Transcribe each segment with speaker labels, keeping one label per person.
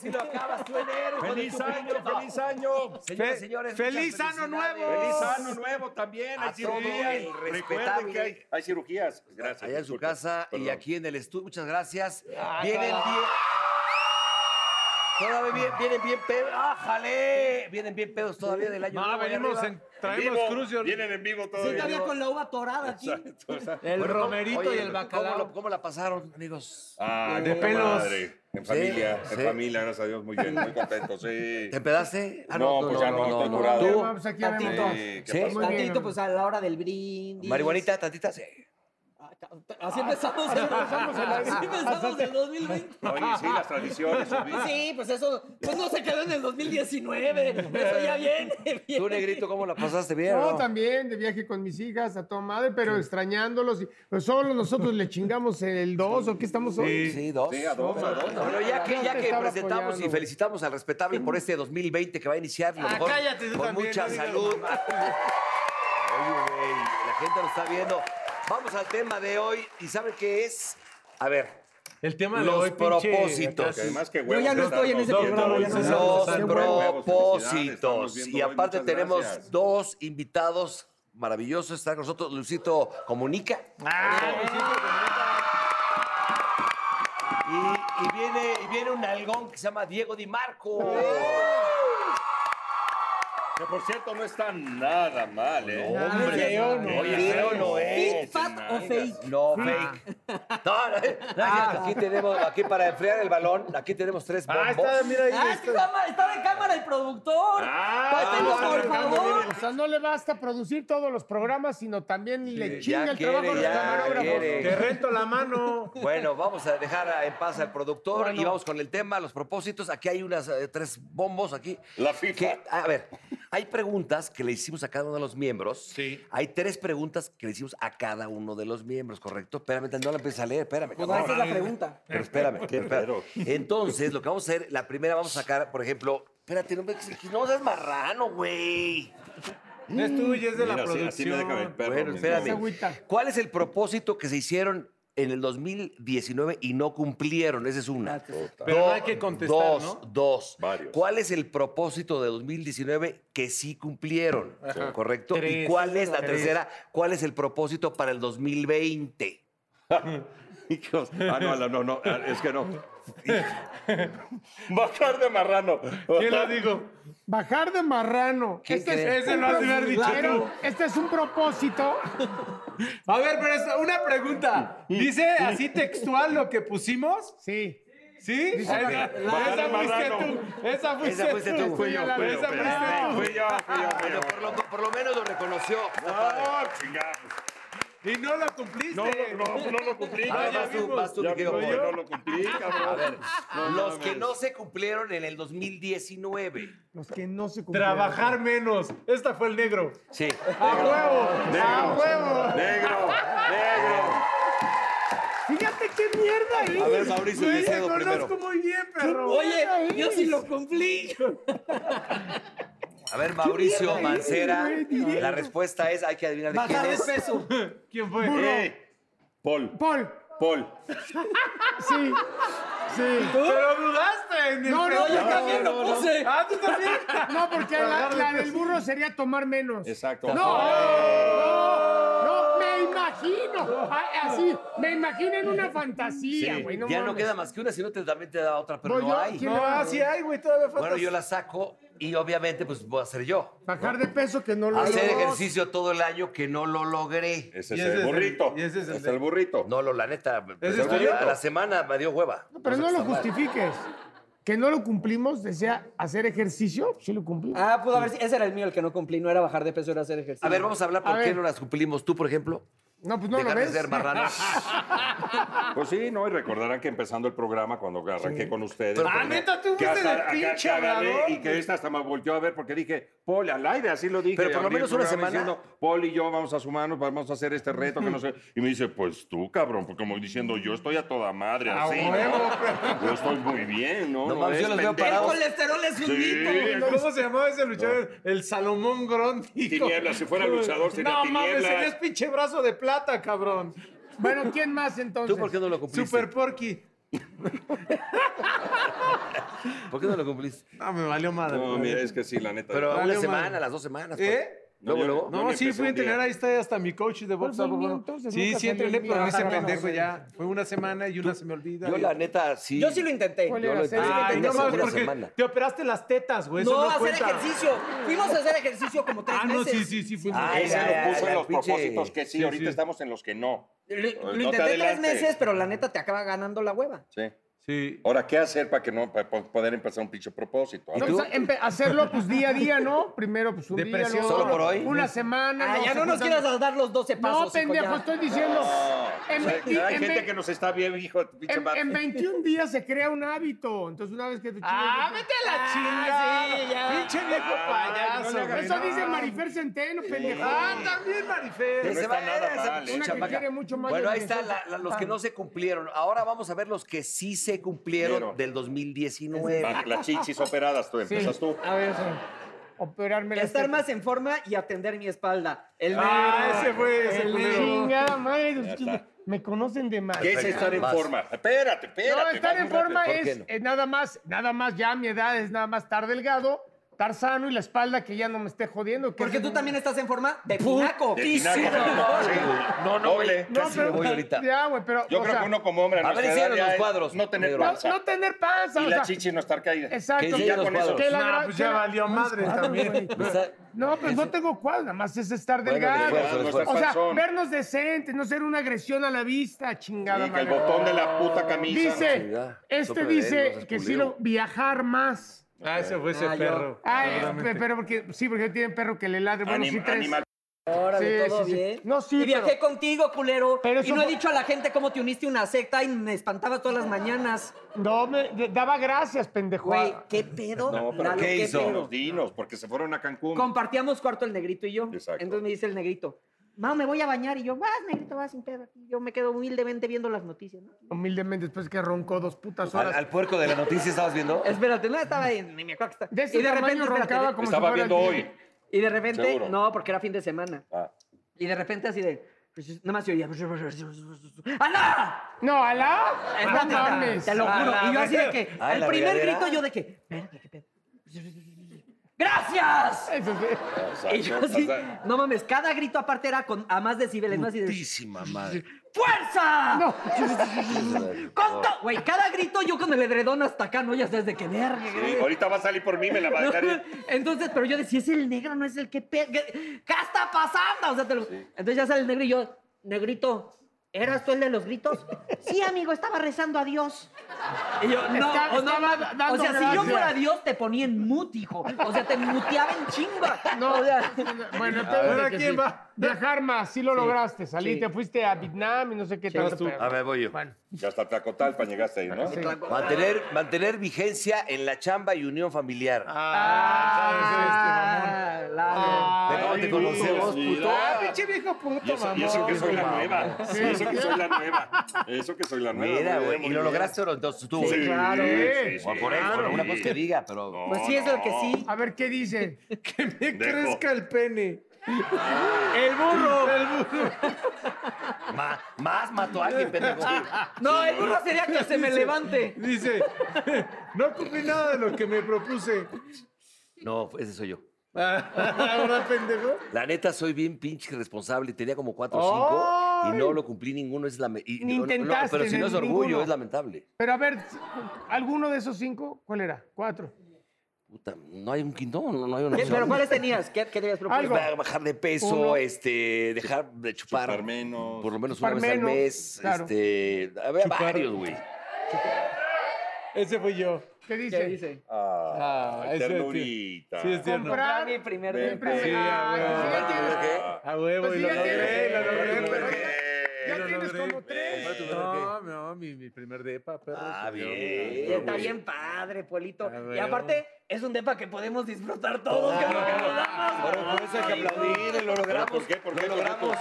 Speaker 1: si lo acabas tú enero. hijo de
Speaker 2: ¡Feliz
Speaker 1: tu
Speaker 2: año,
Speaker 1: pinche-
Speaker 2: feliz año!
Speaker 1: Señoras,
Speaker 3: Fe-
Speaker 1: señores,
Speaker 3: feliz
Speaker 1: muchas
Speaker 3: año nuevo.
Speaker 1: felicidades.
Speaker 2: ¡Feliz año nuevo también!
Speaker 1: A
Speaker 2: ¡Hay cirugías!
Speaker 1: todo el
Speaker 2: Recuerden
Speaker 1: respetable.
Speaker 2: que hay, hay cirugías. Gracias.
Speaker 1: Allá en su
Speaker 2: disculpen.
Speaker 1: casa y
Speaker 2: Perdón. Ah,
Speaker 1: aquí en el estudio. Muchas gracias. Vienen bien. Todavía bien, vienen bien pedos. ¡Ájale! Vienen bien pedos todavía del año.
Speaker 3: No,
Speaker 1: nuevo allá
Speaker 3: venimos
Speaker 1: arriba.
Speaker 3: en. Traemos
Speaker 2: Vivo,
Speaker 3: crucio.
Speaker 2: Vienen en vivo
Speaker 4: Sí,
Speaker 2: todavía.
Speaker 4: todavía con la uva torada aquí.
Speaker 3: El
Speaker 1: Bueno, ¿cómo-
Speaker 3: romerito
Speaker 1: oye,
Speaker 3: y el
Speaker 1: ¿cómo,
Speaker 3: bacalao.
Speaker 1: lo- cómo la pasaron, amigos?
Speaker 2: Ah,
Speaker 3: De
Speaker 2: de
Speaker 3: pelos.
Speaker 2: pelos. En familia,
Speaker 1: Sí,
Speaker 2: en
Speaker 1: sí.
Speaker 2: familia, gracias a Dios, muy bien, muy contento, sí.
Speaker 1: ¿Te pedaste? Ah,
Speaker 2: No,
Speaker 1: tú
Speaker 2: pues ya no, estoy curado.
Speaker 1: ¿Tú?
Speaker 4: Tú,
Speaker 5: Vamos aquí
Speaker 4: tantito.
Speaker 5: vemos.
Speaker 2: Sí, ¿qué
Speaker 1: Sí.
Speaker 2: pasó?
Speaker 5: Muy bien.
Speaker 4: Tantito, pues a la hora del brindis.
Speaker 1: Marihuanita, tantita, sí.
Speaker 4: Ah, ca- Así empezamos. Así empezamos el, así empezamos el 2020.
Speaker 2: Oye, sí, las tradiciones. subí.
Speaker 4: Sí, pues eso, pues no se quedó en el 2019. Eso ya viene.
Speaker 1: ¿Tú, negrito, cómo la pasaste bien?
Speaker 5: No,
Speaker 1: no?
Speaker 5: también de viaje con mis hijas a toda madre, pero extrañándolos. y- pero solo nosotros le chingamos el 2 o qué estamos hoy.
Speaker 1: Sí, dos.
Speaker 2: Sí, a dos, a dos.
Speaker 1: Bueno, ya que, ya
Speaker 5: Te
Speaker 1: que
Speaker 5: estaba
Speaker 1: presentamos y
Speaker 5: apoyando.
Speaker 1: felicitamos al respetable por este 2020 que va a iniciar, lo
Speaker 3: Ah,
Speaker 1: mejor,
Speaker 3: cállate, tú
Speaker 1: con
Speaker 3: también,
Speaker 1: mucha
Speaker 3: no digas
Speaker 1: salud. Oye, güey, la gente lo está viendo. Vamos al tema de hoy y ¿saben qué es? A ver,
Speaker 3: El tema de
Speaker 1: los
Speaker 3: hoy, pinche,
Speaker 1: propósitos.
Speaker 2: Que además que huevos.
Speaker 4: Yo ya no
Speaker 2: están
Speaker 4: estoy en ese
Speaker 2: todos
Speaker 4: programa, ya no
Speaker 2: viendo
Speaker 4: sé.
Speaker 2: hoy.
Speaker 1: los
Speaker 5: Qué bueno.
Speaker 2: Felicidades, estamos
Speaker 1: propósitos.
Speaker 2: viendo
Speaker 1: Y
Speaker 2: hoy,
Speaker 1: aparte
Speaker 2: muchas
Speaker 1: tenemos
Speaker 2: gracias.
Speaker 1: dos invitados maravillosos. Está con nosotros Luisito Comunica.
Speaker 2: Ah,
Speaker 1: Y, y viene, y viene un algón que se llama Diego Di Marco.
Speaker 2: Que por cierto no está nada mal, ¿eh?
Speaker 1: No, hombre.
Speaker 5: feo no
Speaker 1: Oye,
Speaker 2: es.
Speaker 1: feo no
Speaker 4: Big
Speaker 1: es.
Speaker 4: fat o fake.
Speaker 1: No, fake.
Speaker 2: Ah.
Speaker 1: No, no, no, aquí tenemos, aquí para enfriar el balón, aquí tenemos tres bombos.
Speaker 5: Ah, este está, mira ahí.
Speaker 4: Ah, es que
Speaker 5: está.
Speaker 4: estaba, estaba en cámara el productor.
Speaker 2: Ah,
Speaker 4: Pásenlo,
Speaker 2: ah,
Speaker 4: por
Speaker 2: Ricardo,
Speaker 4: favor.
Speaker 5: O sea, no le basta producir todos los programas, sino también le chinga el
Speaker 1: quiere,
Speaker 5: trabajo a los
Speaker 1: ya
Speaker 5: camarógrafos.
Speaker 1: quiere.
Speaker 3: Te rento la mano.
Speaker 1: Bueno, vamos a dejar en paz al productor y vamos con el tema, los propósitos. Aquí hay unas eh, tres bombos aquí.
Speaker 2: La FIFA.
Speaker 1: Que, a ver, hay preguntas que le hicimos a cada uno de los miembros.
Speaker 3: Sí.
Speaker 1: Hay tres preguntas que le hicimos a cada uno de los miembros, ¿correcto? Espérame, no la empieces a leer, espérame.
Speaker 4: Pues
Speaker 1: cabrón.
Speaker 4: esa es la pregunta.
Speaker 1: Pero espérame, espérame. Entonces, lo que vamos a hacer, la primera vamos a sacar, por ejemplo, espérate, no, me- no seas marrano, güey.
Speaker 3: No es tuya, es de la
Speaker 2: Mira, así-
Speaker 3: producción.
Speaker 2: así me deja ver, perro,
Speaker 1: Bueno,
Speaker 2: mi
Speaker 1: espérame.
Speaker 2: Dios.
Speaker 5: agüita.
Speaker 1: ¿Cuál es el propósito que se hicieron en el 2019 y no cumplieron? Esa es
Speaker 4: Ah,
Speaker 1: una.
Speaker 3: Pero
Speaker 1: Do-
Speaker 3: no hay que contestar,
Speaker 1: Dos,
Speaker 3: ¿no?
Speaker 1: dos.
Speaker 2: Varios.
Speaker 1: ¿Cuál es el propósito de 2019 que sí cumplieron? ¿Correcto? ¿Y
Speaker 3: Tres.
Speaker 1: cuál es la
Speaker 3: Tres.
Speaker 1: tercera? ¿Cuál es el propósito para el 2020?
Speaker 2: Hijos. Ah, no, no, no, no, ah, es que no. Bajar de marrano.
Speaker 3: ¿Quién lo dijo?
Speaker 5: Bajar de marrano. Este
Speaker 1: ¿Quién cree?
Speaker 3: Ese lo has de haber dicho
Speaker 5: Claro,
Speaker 3: tú.
Speaker 5: Este es un propósito.
Speaker 3: A ver, pero es una pregunta. ¿Dice así textual lo que pusimos?
Speaker 5: Sí.
Speaker 3: ¿Sí? Esa, esa fuiste tú. Esa fuiste,
Speaker 1: Esa fuiste tú.
Speaker 2: Fui yo, fui yo,
Speaker 3: Esa
Speaker 2: fui
Speaker 3: fuiste
Speaker 2: yo,
Speaker 3: tú.
Speaker 2: Ah, fui yo, fui yo, fui
Speaker 1: Bueno,
Speaker 2: yo.
Speaker 1: por lo, por lo menos lo reconoció. Está padre.
Speaker 2: No, chingados.
Speaker 3: Y no lo cumpliste.
Speaker 2: No, no, no, no lo cumplí.
Speaker 1: A ver,
Speaker 2: ya
Speaker 1: vas tú,
Speaker 2: vimos.
Speaker 1: vas tú,
Speaker 2: Ya
Speaker 1: mi querido
Speaker 2: vimos,
Speaker 1: Paul.
Speaker 2: No lo cumplí, cabrón.
Speaker 1: A ver, los
Speaker 2: mames.
Speaker 1: que no se cumplieron en el 2019.
Speaker 5: Los que no se cumplieron.
Speaker 3: Trabajar menos. Esta fue el negro.
Speaker 1: Sí.
Speaker 3: ¡A huevo! ¡A Ah, huevo!
Speaker 2: Negro, negro.
Speaker 5: Fíjate qué mierda es.
Speaker 3: ¿eh?
Speaker 1: A ver, Mauricio
Speaker 3: Güey, te
Speaker 1: Vicedo
Speaker 3: conozco
Speaker 1: primero.
Speaker 3: muy bien, perro.
Speaker 4: Oye, yo sí lo cumplí.
Speaker 1: A ver, Mauricio
Speaker 5: mierda es,
Speaker 1: Mancera,
Speaker 5: güey, directo.
Speaker 1: la respuesta es, hay que adivinar de quién
Speaker 4: Bajar de
Speaker 1: es.
Speaker 4: peso.
Speaker 3: ¿Quién fue?
Speaker 2: Eh, Paul,
Speaker 5: Paul,
Speaker 2: Paul.
Speaker 5: sí. Sí.
Speaker 3: Pero dudaste en el
Speaker 5: No, no,
Speaker 3: pedo.
Speaker 4: Yo también lo puse.
Speaker 3: Ah, tú también.
Speaker 5: No, porque la, la del burro sería tomar menos.
Speaker 2: Exacto.
Speaker 5: No, no, no, me imagino. a- Así, me imagino en una fantasía,
Speaker 1: Sí,
Speaker 5: güey.
Speaker 1: ya no
Speaker 5: mames.
Speaker 1: queda más que una, si no te, también te da otra, pero
Speaker 5: Voy
Speaker 1: no
Speaker 5: yo,
Speaker 1: hay.
Speaker 5: ¿quién?
Speaker 3: No, así hay, güey. Todavía falta.
Speaker 1: Bueno, yo la saco y obviamente pues voy a ser yo.
Speaker 5: Bajar de peso que no lo
Speaker 1: Hacer
Speaker 5: logró.
Speaker 1: ejercicio todo el año que no lo logré.
Speaker 2: Ese
Speaker 3: Y
Speaker 2: es
Speaker 3: ese es
Speaker 2: el
Speaker 3: el-
Speaker 2: burrito.
Speaker 3: y ese es el
Speaker 2: Este
Speaker 3: de-
Speaker 2: el burrito.
Speaker 1: No, lo, la neta,
Speaker 3: ¿Ese
Speaker 1: pues,
Speaker 3: es tuyo?
Speaker 1: a la semana me dio hueva.
Speaker 5: Pero no
Speaker 1: Está
Speaker 5: lo
Speaker 1: mal.
Speaker 5: justifiques. Que no lo cumplimos, decía hacer ejercicio, sí lo cumplimos.
Speaker 4: Ah, pudo haber sido. Ese era el mío, el que no cumplí. No era bajar de peso, era hacer ejercicio.
Speaker 1: A ver, vamos a hablar por
Speaker 5: A
Speaker 1: qué
Speaker 5: ver.
Speaker 1: no las cumplimos. Tú, por ejemplo,
Speaker 5: No, pues no lo
Speaker 1: dejar de
Speaker 5: ves.
Speaker 1: ser marrano.
Speaker 2: Pues sí, no, y recordarán que empezando el programa, cuando arranqué con ustedes.
Speaker 1: Pero,
Speaker 2: que-
Speaker 3: Ah, neta, tú
Speaker 2: que
Speaker 3: fuiste
Speaker 2: hasta-
Speaker 3: de
Speaker 2: acá-
Speaker 3: pinche
Speaker 2: que agarré
Speaker 3: hablador.
Speaker 2: Y que esta hasta me volteó a ver porque dije, Paul, al aire, así lo dije.
Speaker 1: Pero por lo
Speaker 2: Abrí el
Speaker 1: menos una
Speaker 2: programa
Speaker 1: semana.
Speaker 2: Diciendo, Paul y yo vamos a sumarnos, vamos a hacer este reto que no sé. Y me dice, pues tú, cabrón, porque como diciendo, yo estoy a toda madre,
Speaker 3: A
Speaker 2: así. ¿no?
Speaker 3: huevo,
Speaker 2: Yo estoy muy bien, ¿no? Este,
Speaker 1: No mames,
Speaker 2: es
Speaker 1: yo los veo
Speaker 2: pendejo.
Speaker 4: El
Speaker 1: parados.
Speaker 4: colesterol es un
Speaker 2: Sí.
Speaker 4: mito.
Speaker 3: ¿Cómo se llamaba ese luchador? El Salomón Gronti.
Speaker 2: Tiniebla, si fuera luchador sería
Speaker 3: No mames,
Speaker 2: Tiniebla.
Speaker 1: este-
Speaker 3: serías pinche brazo de plata, cabrón.
Speaker 5: Bueno, ¿quién más entonces?
Speaker 1: ¿Tú por qué no lo cumpliste?
Speaker 3: Super Porky.
Speaker 1: ¿Por qué no lo cumpliste?
Speaker 3: No, me valió madre.
Speaker 2: No, mira, es que sí, la neta.
Speaker 1: Pero
Speaker 3: Valió
Speaker 1: una
Speaker 3: madre.
Speaker 1: semana, las dos semanas. pues.
Speaker 3: ¿Eh?
Speaker 1: Luego,
Speaker 2: yo-
Speaker 1: luego.
Speaker 2: yo
Speaker 3: No,
Speaker 2: ni
Speaker 3: sí,
Speaker 2: empecé
Speaker 3: fui a
Speaker 2: un día.
Speaker 3: entrenar, ahí está hasta mi coach de box.
Speaker 5: fue el
Speaker 3: ah,
Speaker 5: mío,
Speaker 3: bueno.
Speaker 5: entonces?
Speaker 3: sí,
Speaker 5: Nunca
Speaker 3: sí
Speaker 5: salió
Speaker 3: entrené,
Speaker 5: el mío.
Speaker 3: pero ese
Speaker 5: Ajá,
Speaker 3: pendejo
Speaker 5: no,
Speaker 3: ya. Fue una semana y una se me olvida.
Speaker 1: Yo, la neta, sí.
Speaker 4: Yo sí lo intenté.
Speaker 5: ¿Cuál
Speaker 1: Yo
Speaker 5: era?
Speaker 1: lo
Speaker 5: Seis,
Speaker 1: intenté.
Speaker 3: Ay,
Speaker 1: Una
Speaker 3: no mames,
Speaker 1: sola
Speaker 3: porque
Speaker 1: semana.
Speaker 3: te operaste las tetas, güey.
Speaker 4: No,
Speaker 3: eso no
Speaker 4: hacer
Speaker 3: cuenta.
Speaker 4: ejercicio. Fuimos a hacer ejercicio como tres
Speaker 3: Ah, no,
Speaker 4: veces.
Speaker 3: sí, sí, sí, fuimos.
Speaker 1: Ay,
Speaker 2: Ese
Speaker 1: ya,
Speaker 2: lo
Speaker 1: ya,
Speaker 2: puso
Speaker 1: ya,
Speaker 2: en los
Speaker 1: pinche.
Speaker 2: propósitos que sí,
Speaker 3: Sí,
Speaker 2: ahorita
Speaker 3: sí.
Speaker 2: estamos en los que no.
Speaker 4: Lo,
Speaker 2: No
Speaker 4: lo
Speaker 2: te
Speaker 4: intenté tres
Speaker 2: adelantes.
Speaker 4: meses, pero la neta te acaba ganando la hueva.
Speaker 2: Sí.
Speaker 3: Sí.
Speaker 2: Ahora, ¿qué hacer para que no para poder empezar un pinche propósito? A
Speaker 5: No,
Speaker 2: ver,
Speaker 5: pues, empe- hacerlo pues día a día, ¿no? Primero pues un día,
Speaker 3: Depresión.
Speaker 5: luego
Speaker 1: ¿Solo por hoy?
Speaker 5: Una semana.
Speaker 4: Ah,
Speaker 5: luego
Speaker 4: ya
Speaker 5: se
Speaker 4: no nos
Speaker 5: juntan-
Speaker 4: quieras dar los 12 pasos.
Speaker 5: No,
Speaker 4: hijo,
Speaker 5: pendejo,
Speaker 4: ya.
Speaker 5: estoy diciendo.
Speaker 2: o sea,
Speaker 5: en-
Speaker 2: hay
Speaker 5: en-
Speaker 2: gente que nos está bien, hijo de pinche
Speaker 5: En,
Speaker 2: madre.
Speaker 5: en 21 días se crea un hábito. Entonces, una vez que te chingas.
Speaker 3: ¡Ah, vete a la chingada!
Speaker 4: sí, ya.
Speaker 3: ¡Pinche viejo payaso!
Speaker 2: no le hagas
Speaker 3: güey.
Speaker 5: Eso
Speaker 2: no.
Speaker 5: dice Marifer Centeno, pendejo.
Speaker 3: ¡Ah, también, Marifer!
Speaker 2: no
Speaker 1: Ese
Speaker 2: está
Speaker 1: va-
Speaker 2: nada
Speaker 1: esa
Speaker 2: mal,
Speaker 1: pinche
Speaker 2: ¿eh?
Speaker 5: Una que
Speaker 1: chamaca.
Speaker 5: quiere mucho más
Speaker 1: Bueno,
Speaker 5: de
Speaker 1: ahí están
Speaker 5: nosotros.
Speaker 1: los que no se cumplieron. Ahora vamos a ver los que sí se cumplieron
Speaker 2: Pero-
Speaker 1: del 2019.
Speaker 2: Ah, Las chichis operadas, tú empiezas tú.
Speaker 5: A ver, eso. Operarme la
Speaker 4: Estar más en forma y atender mi espalda. El
Speaker 3: ¡Ah,
Speaker 4: negro.
Speaker 3: ese fue! ese culero.
Speaker 5: Chingada madre, es que
Speaker 2: está.
Speaker 5: me conocen de más.
Speaker 2: ¿Qué es estar en
Speaker 1: Vas.
Speaker 2: forma? Espérate, espérate.
Speaker 5: No, estar
Speaker 2: vas,
Speaker 5: en
Speaker 2: espérate.
Speaker 5: forma
Speaker 1: ¿por qué
Speaker 5: es,
Speaker 1: no?
Speaker 5: es nada más, nada más ya mi edad es nada más estar delgado, estar sano y la espalda que ya no me esté jodiendo. que
Speaker 4: Porque
Speaker 5: es-
Speaker 4: tú también estás en forma de pinaco.
Speaker 2: De
Speaker 4: Sí,
Speaker 2: tinaco.
Speaker 4: sí, no.
Speaker 2: Sí, güey.
Speaker 1: No, no, güey.
Speaker 2: Doble.
Speaker 5: No, pues,
Speaker 1: Casi me voy ahorita.
Speaker 5: Ya, güey, pero
Speaker 2: Yo
Speaker 5: o
Speaker 2: creo
Speaker 5: sea,
Speaker 2: que uno como hombre a
Speaker 1: A ver,
Speaker 2: nuestra
Speaker 1: hicieron
Speaker 2: edad
Speaker 1: los
Speaker 2: ya es
Speaker 1: cuadros,
Speaker 2: No tener
Speaker 1: negro.
Speaker 5: no,
Speaker 2: panza.
Speaker 5: no tener panza,
Speaker 2: Y
Speaker 5: o
Speaker 2: la
Speaker 5: sea,
Speaker 2: chichi no estar caída.
Speaker 1: Que
Speaker 5: Exacto.
Speaker 1: sí,
Speaker 2: Ya los con eso- cuadros.
Speaker 5: que la
Speaker 3: No,
Speaker 5: gra-
Speaker 3: pues
Speaker 5: que
Speaker 3: ya
Speaker 5: la-
Speaker 3: valió madre
Speaker 5: cuadros,
Speaker 3: también.
Speaker 5: güey.
Speaker 1: Me está-
Speaker 5: No, pues no tengo cuadro, nada más es estar
Speaker 1: Bueno,
Speaker 5: delgado.
Speaker 1: esfuerzo,
Speaker 2: No
Speaker 1: esfuerzo.
Speaker 5: O sea,
Speaker 2: panzón.
Speaker 5: vernos decentes, no ser una agresión a la vista, chingada
Speaker 2: Sí, que el
Speaker 5: madre.
Speaker 2: botón de la puta camisa.
Speaker 5: Dice,
Speaker 1: chingada.
Speaker 5: este
Speaker 1: Sopla de él, no
Speaker 5: dice
Speaker 1: seas
Speaker 5: que sí
Speaker 1: culero.
Speaker 5: lo viajar más.
Speaker 3: Ah, ese fue ese
Speaker 4: Ah, yo-
Speaker 3: perro.
Speaker 5: Ah, eh,
Speaker 3: Seguramente.
Speaker 5: pero porque sí, porque tienen perro que le ladre. Bueno,
Speaker 2: Anim-
Speaker 5: sí, tres.
Speaker 2: animal.
Speaker 4: Órale,
Speaker 5: Sí,
Speaker 4: todo
Speaker 5: sí, sí.
Speaker 4: bien.
Speaker 5: No, sí,
Speaker 4: Y viajé
Speaker 5: pero-
Speaker 4: contigo, culero.
Speaker 5: Pero
Speaker 4: y
Speaker 5: eso
Speaker 4: no he
Speaker 5: fue-
Speaker 4: dicho a la gente cómo te uniste a una secta y me espantabas todas las mañanas.
Speaker 5: No, me d- daba gracias, pendejo. Ah,
Speaker 4: Güey, ¿qué pedo?
Speaker 2: No, pero
Speaker 4: Lalo,
Speaker 2: ¿qué
Speaker 1: hizo?
Speaker 4: pedo?
Speaker 2: Dinos, dinos, porque se fueron a Cancún.
Speaker 4: Compartíamos cuarto el negrito y yo.
Speaker 2: Exacto.
Speaker 4: Entonces me dice el negrito, Mau, me voy a bañar. Y yo, vas, negrito, vas sin pedo. aquí". Yo me quedo humildemente viendo las noticias. ¿no?
Speaker 5: Humildemente, después que roncó dos putas
Speaker 1: Al,
Speaker 5: horas.
Speaker 1: al puerco de la noticia estabas viendo.
Speaker 4: Espérate, no estaba ahí, ni me acuerdo que está.
Speaker 5: de ese
Speaker 4: y de
Speaker 5: tamaño
Speaker 4: repente, espérate,
Speaker 5: roncaba
Speaker 4: de-
Speaker 5: como
Speaker 2: Estaba
Speaker 5: si fuera
Speaker 2: viendo
Speaker 5: el-
Speaker 2: hoy.
Speaker 4: y de repente,
Speaker 2: Seguro.
Speaker 4: no, porque era fin de semana.
Speaker 2: Ah,
Speaker 4: Y de repente así de, pues, nada más se oía. "Ah, ¡Alá!
Speaker 5: No, Alá.
Speaker 4: Es la
Speaker 5: No
Speaker 4: neta,
Speaker 5: mames.
Speaker 4: Te lo juro.
Speaker 3: Ah, la
Speaker 4: y yo así de
Speaker 3: verga.
Speaker 4: que,
Speaker 1: Ah,
Speaker 4: al
Speaker 1: la
Speaker 4: primer
Speaker 1: regadera.
Speaker 4: grito yo de que, "Verga, qué pedo". ¡Gracias!
Speaker 5: Eso sí.
Speaker 2: exacto,
Speaker 4: Y yo así,
Speaker 2: exacto.
Speaker 4: no mames, cada grito aparte era con, a más decibeles, no así de,
Speaker 1: Putísima madre.
Speaker 4: ¡Fuerza!
Speaker 5: No.
Speaker 4: Con to- Güey, cada grito yo con el edredón hasta acá, ¿no? Ya sabes de qué verga.
Speaker 2: Sí,
Speaker 4: güey.
Speaker 2: ahorita va a salir por mí, me la va a dejar ir.
Speaker 4: Entonces, pero yo decía, es el negro, no es el que... pe- ¿Qué, qué está pasando? O sea, te lo- Entonces ya sale el negro y yo, negrito, ¿eras tú el de los gritos? sí, amigo, estaba rezando a Dios. Y yo, no,
Speaker 5: Está-
Speaker 4: o no,
Speaker 5: estaba
Speaker 4: ma-
Speaker 5: dando
Speaker 4: o sea, si yo
Speaker 5: gracias.
Speaker 4: fuera Dios, te ponía en mute, hijo. O sea, te muteaba en Este chimba.
Speaker 5: No,
Speaker 4: O sea,
Speaker 5: Bueno,
Speaker 3: ¿Ahora
Speaker 5: entonces. que
Speaker 3: quién
Speaker 5: sí.
Speaker 3: va?
Speaker 5: Viajar más, sí lo lograste. Salí,
Speaker 4: sí.
Speaker 5: te fuiste a Vietnam y no sé qué
Speaker 3: Sí, vas
Speaker 5: tanto
Speaker 3: tú.
Speaker 5: pedo.
Speaker 1: A ver, voy yo.
Speaker 5: Bueno,
Speaker 2: Ya hasta Tlacotalpan llegaste ahí, ¿no?
Speaker 5: sí.
Speaker 1: Mantener, mantener vigencia en la chamba y unión familiar.
Speaker 3: Ah,
Speaker 4: Ah, la-
Speaker 1: ¿De
Speaker 5: Ah,
Speaker 1: cómo te
Speaker 2: Ay,
Speaker 1: conocemos,
Speaker 2: mi
Speaker 1: puto?
Speaker 3: ah, pinche viejo puto,
Speaker 2: Y eso, y eso
Speaker 3: mamón.
Speaker 2: que soy la
Speaker 1: mamón.
Speaker 2: nueva. Y eso que soy la nueva. Eso que soy la nueva.
Speaker 1: Mira,
Speaker 2: muy bien,
Speaker 1: güey.
Speaker 2: muy
Speaker 1: ¿Y lo
Speaker 2: bien.
Speaker 1: lograste o no? Entonces tú.
Speaker 2: Sí,
Speaker 5: claro.
Speaker 2: sí, sí,
Speaker 1: Bueno, por eso,
Speaker 2: claro, Ah,
Speaker 1: bueno, una
Speaker 2: sí.
Speaker 1: cosa que diga, pero.
Speaker 2: No,
Speaker 4: Pues sí, es el que
Speaker 2: no.
Speaker 4: sí.
Speaker 5: a ver qué dice.
Speaker 3: Que me
Speaker 2: Dejo.
Speaker 3: crezca el pene. El burro. El burro.
Speaker 1: Ma- más mató a alguien, pendejo.
Speaker 4: No, el burro sería que se me levante.
Speaker 3: Dice, no cumplí nada de lo que me propuse.
Speaker 1: No, ese soy yo.
Speaker 3: ¿Ahora, pendejo?
Speaker 1: La neta, soy bien pinche responsable. Tenía como cuatro o
Speaker 5: ¡Ay!
Speaker 1: cinco y no lo cumplí ninguno. Es lame- y-
Speaker 5: Ni
Speaker 1: no, no,
Speaker 5: intentaste,
Speaker 1: pero si no es orgullo,
Speaker 5: ninguno.
Speaker 1: es lamentable.
Speaker 5: Pero a ver, ¿alguno de esos cinco? ¿Cuál era? Cuatro.
Speaker 1: Puta, no hay un quinto, no, no hay una
Speaker 4: ¿Qué-
Speaker 1: opción.
Speaker 4: ¿Pero cuáles tenías? ¿Qué, qué debías proponer?
Speaker 5: Algo.
Speaker 1: Bajar de peso,
Speaker 5: Uno.
Speaker 1: este, dejar de chupar.
Speaker 2: Chupar menos.
Speaker 1: Por lo menos
Speaker 5: Chupar
Speaker 1: una vez
Speaker 5: menos,
Speaker 1: al mes.
Speaker 5: claro.
Speaker 1: Este, había
Speaker 3: Chupar.
Speaker 1: varios, güey.
Speaker 3: Ese fui yo.
Speaker 5: ¿Qué dice?
Speaker 4: ¿Qué dice?
Speaker 2: Ah,
Speaker 3: Ah, ese
Speaker 2: ternurita.
Speaker 3: Sí, es cierto.
Speaker 5: Comprar.
Speaker 4: mi primer
Speaker 2: Ven,
Speaker 5: el primer-
Speaker 3: Sí,
Speaker 5: Ah,
Speaker 3: a huevo.
Speaker 5: sí, ya tienes-
Speaker 2: Ah.
Speaker 3: A huevo, y
Speaker 5: Pues sí,
Speaker 3: lo
Speaker 5: ya
Speaker 3: logré,
Speaker 5: tienes-
Speaker 3: lo logré,
Speaker 5: ya
Speaker 3: perro.
Speaker 5: Ya
Speaker 3: Yo lo
Speaker 5: tienes
Speaker 3: logré.
Speaker 5: como tres.
Speaker 1: ¿Cuál es tu primer
Speaker 3: No, no, mi, mi primer depa, perro.
Speaker 1: Ah,
Speaker 3: soy yo.
Speaker 1: bien.
Speaker 4: Y está bien padre, Polito.
Speaker 3: A
Speaker 4: Y
Speaker 3: huevo.
Speaker 4: aparte, es un depa que podemos disfrutar todos, que es lo que nos damos.
Speaker 1: Pero por eso hay que aplaudir, lo logramos.
Speaker 2: ¿Por qué? ¿Por qué?
Speaker 1: Lo logramos.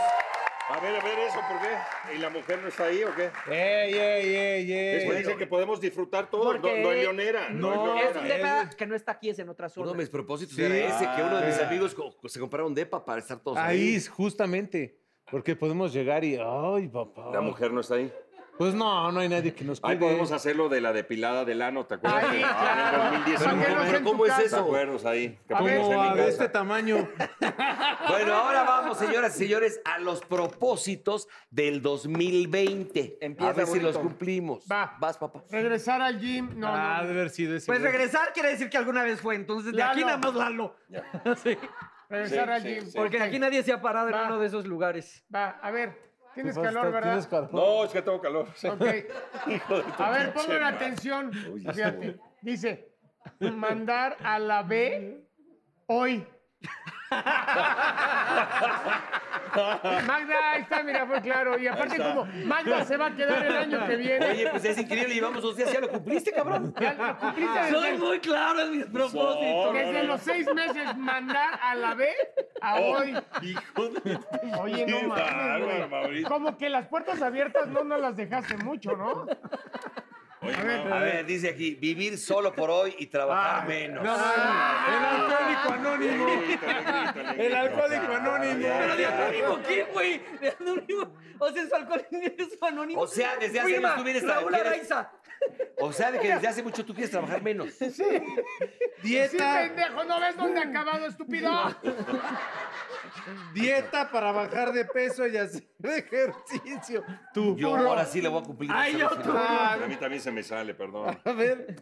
Speaker 2: A ver, a ver eso, ¿por qué? ¿Y la mujer no está ahí o qué?
Speaker 3: Ey, ey, ey,
Speaker 2: Es
Speaker 3: ey.
Speaker 2: que dicen que podemos disfrutar todo. No,
Speaker 4: Porque-
Speaker 2: no hay leonera.
Speaker 3: No,
Speaker 2: hay
Speaker 4: Es un
Speaker 2: leonera.
Speaker 4: depa que no está aquí, es en otra
Speaker 1: Uno
Speaker 4: zona.
Speaker 1: de mis propósitos
Speaker 3: Sí.
Speaker 1: era ese, que uno de mis
Speaker 3: Ah.
Speaker 1: amigos co- se compraron depa para estar todos
Speaker 3: Ahí,
Speaker 1: pues, ahí.
Speaker 3: es justamente. Porque podemos llegar y. ¡Ay, papá!
Speaker 2: La mujer no está ahí.
Speaker 3: Pues no, no hay nadie que nos cuide.
Speaker 2: Ahí podemos hacerlo de la depilada del ano, ¿te acuerdas?
Speaker 5: Ahí,
Speaker 2: Ah,
Speaker 5: claro.
Speaker 2: En el 2019.
Speaker 5: Para que lo haga en
Speaker 1: Pero
Speaker 5: tu
Speaker 1: ¿cómo es
Speaker 5: casa.
Speaker 2: ¿Te
Speaker 1: eso?
Speaker 2: acuerdas ahí? Que
Speaker 5: ver,
Speaker 2: ponemos en
Speaker 3: Como
Speaker 2: mi
Speaker 3: a de
Speaker 2: casa.
Speaker 3: este tamaño.
Speaker 1: Bueno, ahora vamos, señoras y señores, a los propósitos del 2020.
Speaker 6: Empieza
Speaker 1: a ver si
Speaker 6: bonito.
Speaker 1: los cumplimos.
Speaker 5: Va.
Speaker 1: Vas, papá.
Speaker 5: Regresar al gym. No,
Speaker 3: ah,
Speaker 5: no.
Speaker 3: de haber sido ese.
Speaker 4: Pues
Speaker 3: güey.
Speaker 4: regresar quiere decir que alguna vez fue, entonces de aquí
Speaker 5: Lalo.
Speaker 4: nada más Lalo. Sí,
Speaker 5: Regresar
Speaker 2: Sí,
Speaker 5: al
Speaker 2: sí,
Speaker 5: gym.
Speaker 2: sí.
Speaker 4: porque
Speaker 5: Ok,
Speaker 4: aquí nadie se ha parado en
Speaker 5: Va.
Speaker 4: uno de esos lugares.
Speaker 5: Va, a ver. Tienes
Speaker 3: Pues,
Speaker 5: calor, ¿verdad?
Speaker 3: tienes calor.
Speaker 2: No, es que tengo calor.
Speaker 5: Ok. A ver, pongan atención. Fíjate. Dice, mandar a la B hoy. Magda, ahí está, mira, fue claro. Y aparte, como Magda se va a quedar el año que viene.
Speaker 1: Oye, pues es increíble, llevamos dos días, ya lo cumpliste, cabrón.
Speaker 5: Ya lo cumpliste desde,
Speaker 4: Soy muy claro en mis propósitos.
Speaker 5: desde los seis meses, mandar a la B a hoy.
Speaker 2: Hijo de...
Speaker 5: Oye, no
Speaker 2: Qué bárbaro,
Speaker 5: mames, güey.
Speaker 2: Mauricio.
Speaker 5: Como que las puertas abiertas no nos las dejaste mucho, ¿no?
Speaker 2: Oye,
Speaker 1: A ver, dice aquí, vivir solo por hoy y trabajar menos.
Speaker 3: No, el alcohólico anónimo. El alcohólico anónimo.
Speaker 4: Pero de anónimo, ¿qué, güey? De anónimo. O sea, su alcoholismo es anónimo.
Speaker 1: O sea, desde hace
Speaker 4: Firma,
Speaker 1: años tú vienes a-
Speaker 4: Raúl
Speaker 1: quieres-
Speaker 4: Araiza.
Speaker 1: O sea, de que desde hace mucho tú quieres trabajar menos.
Speaker 5: Sí,
Speaker 3: Dieta,
Speaker 5: pendejo, ¿no ves dónde ha acabado, estúpido?
Speaker 3: dieta para bajar de peso y hacer ejercicio. Tú.
Speaker 1: Yo ahora sí le voy a cumplir.
Speaker 3: Ay, yo
Speaker 1: los años.
Speaker 3: tú.
Speaker 2: A mí también se me sale, perdón.
Speaker 3: A ver.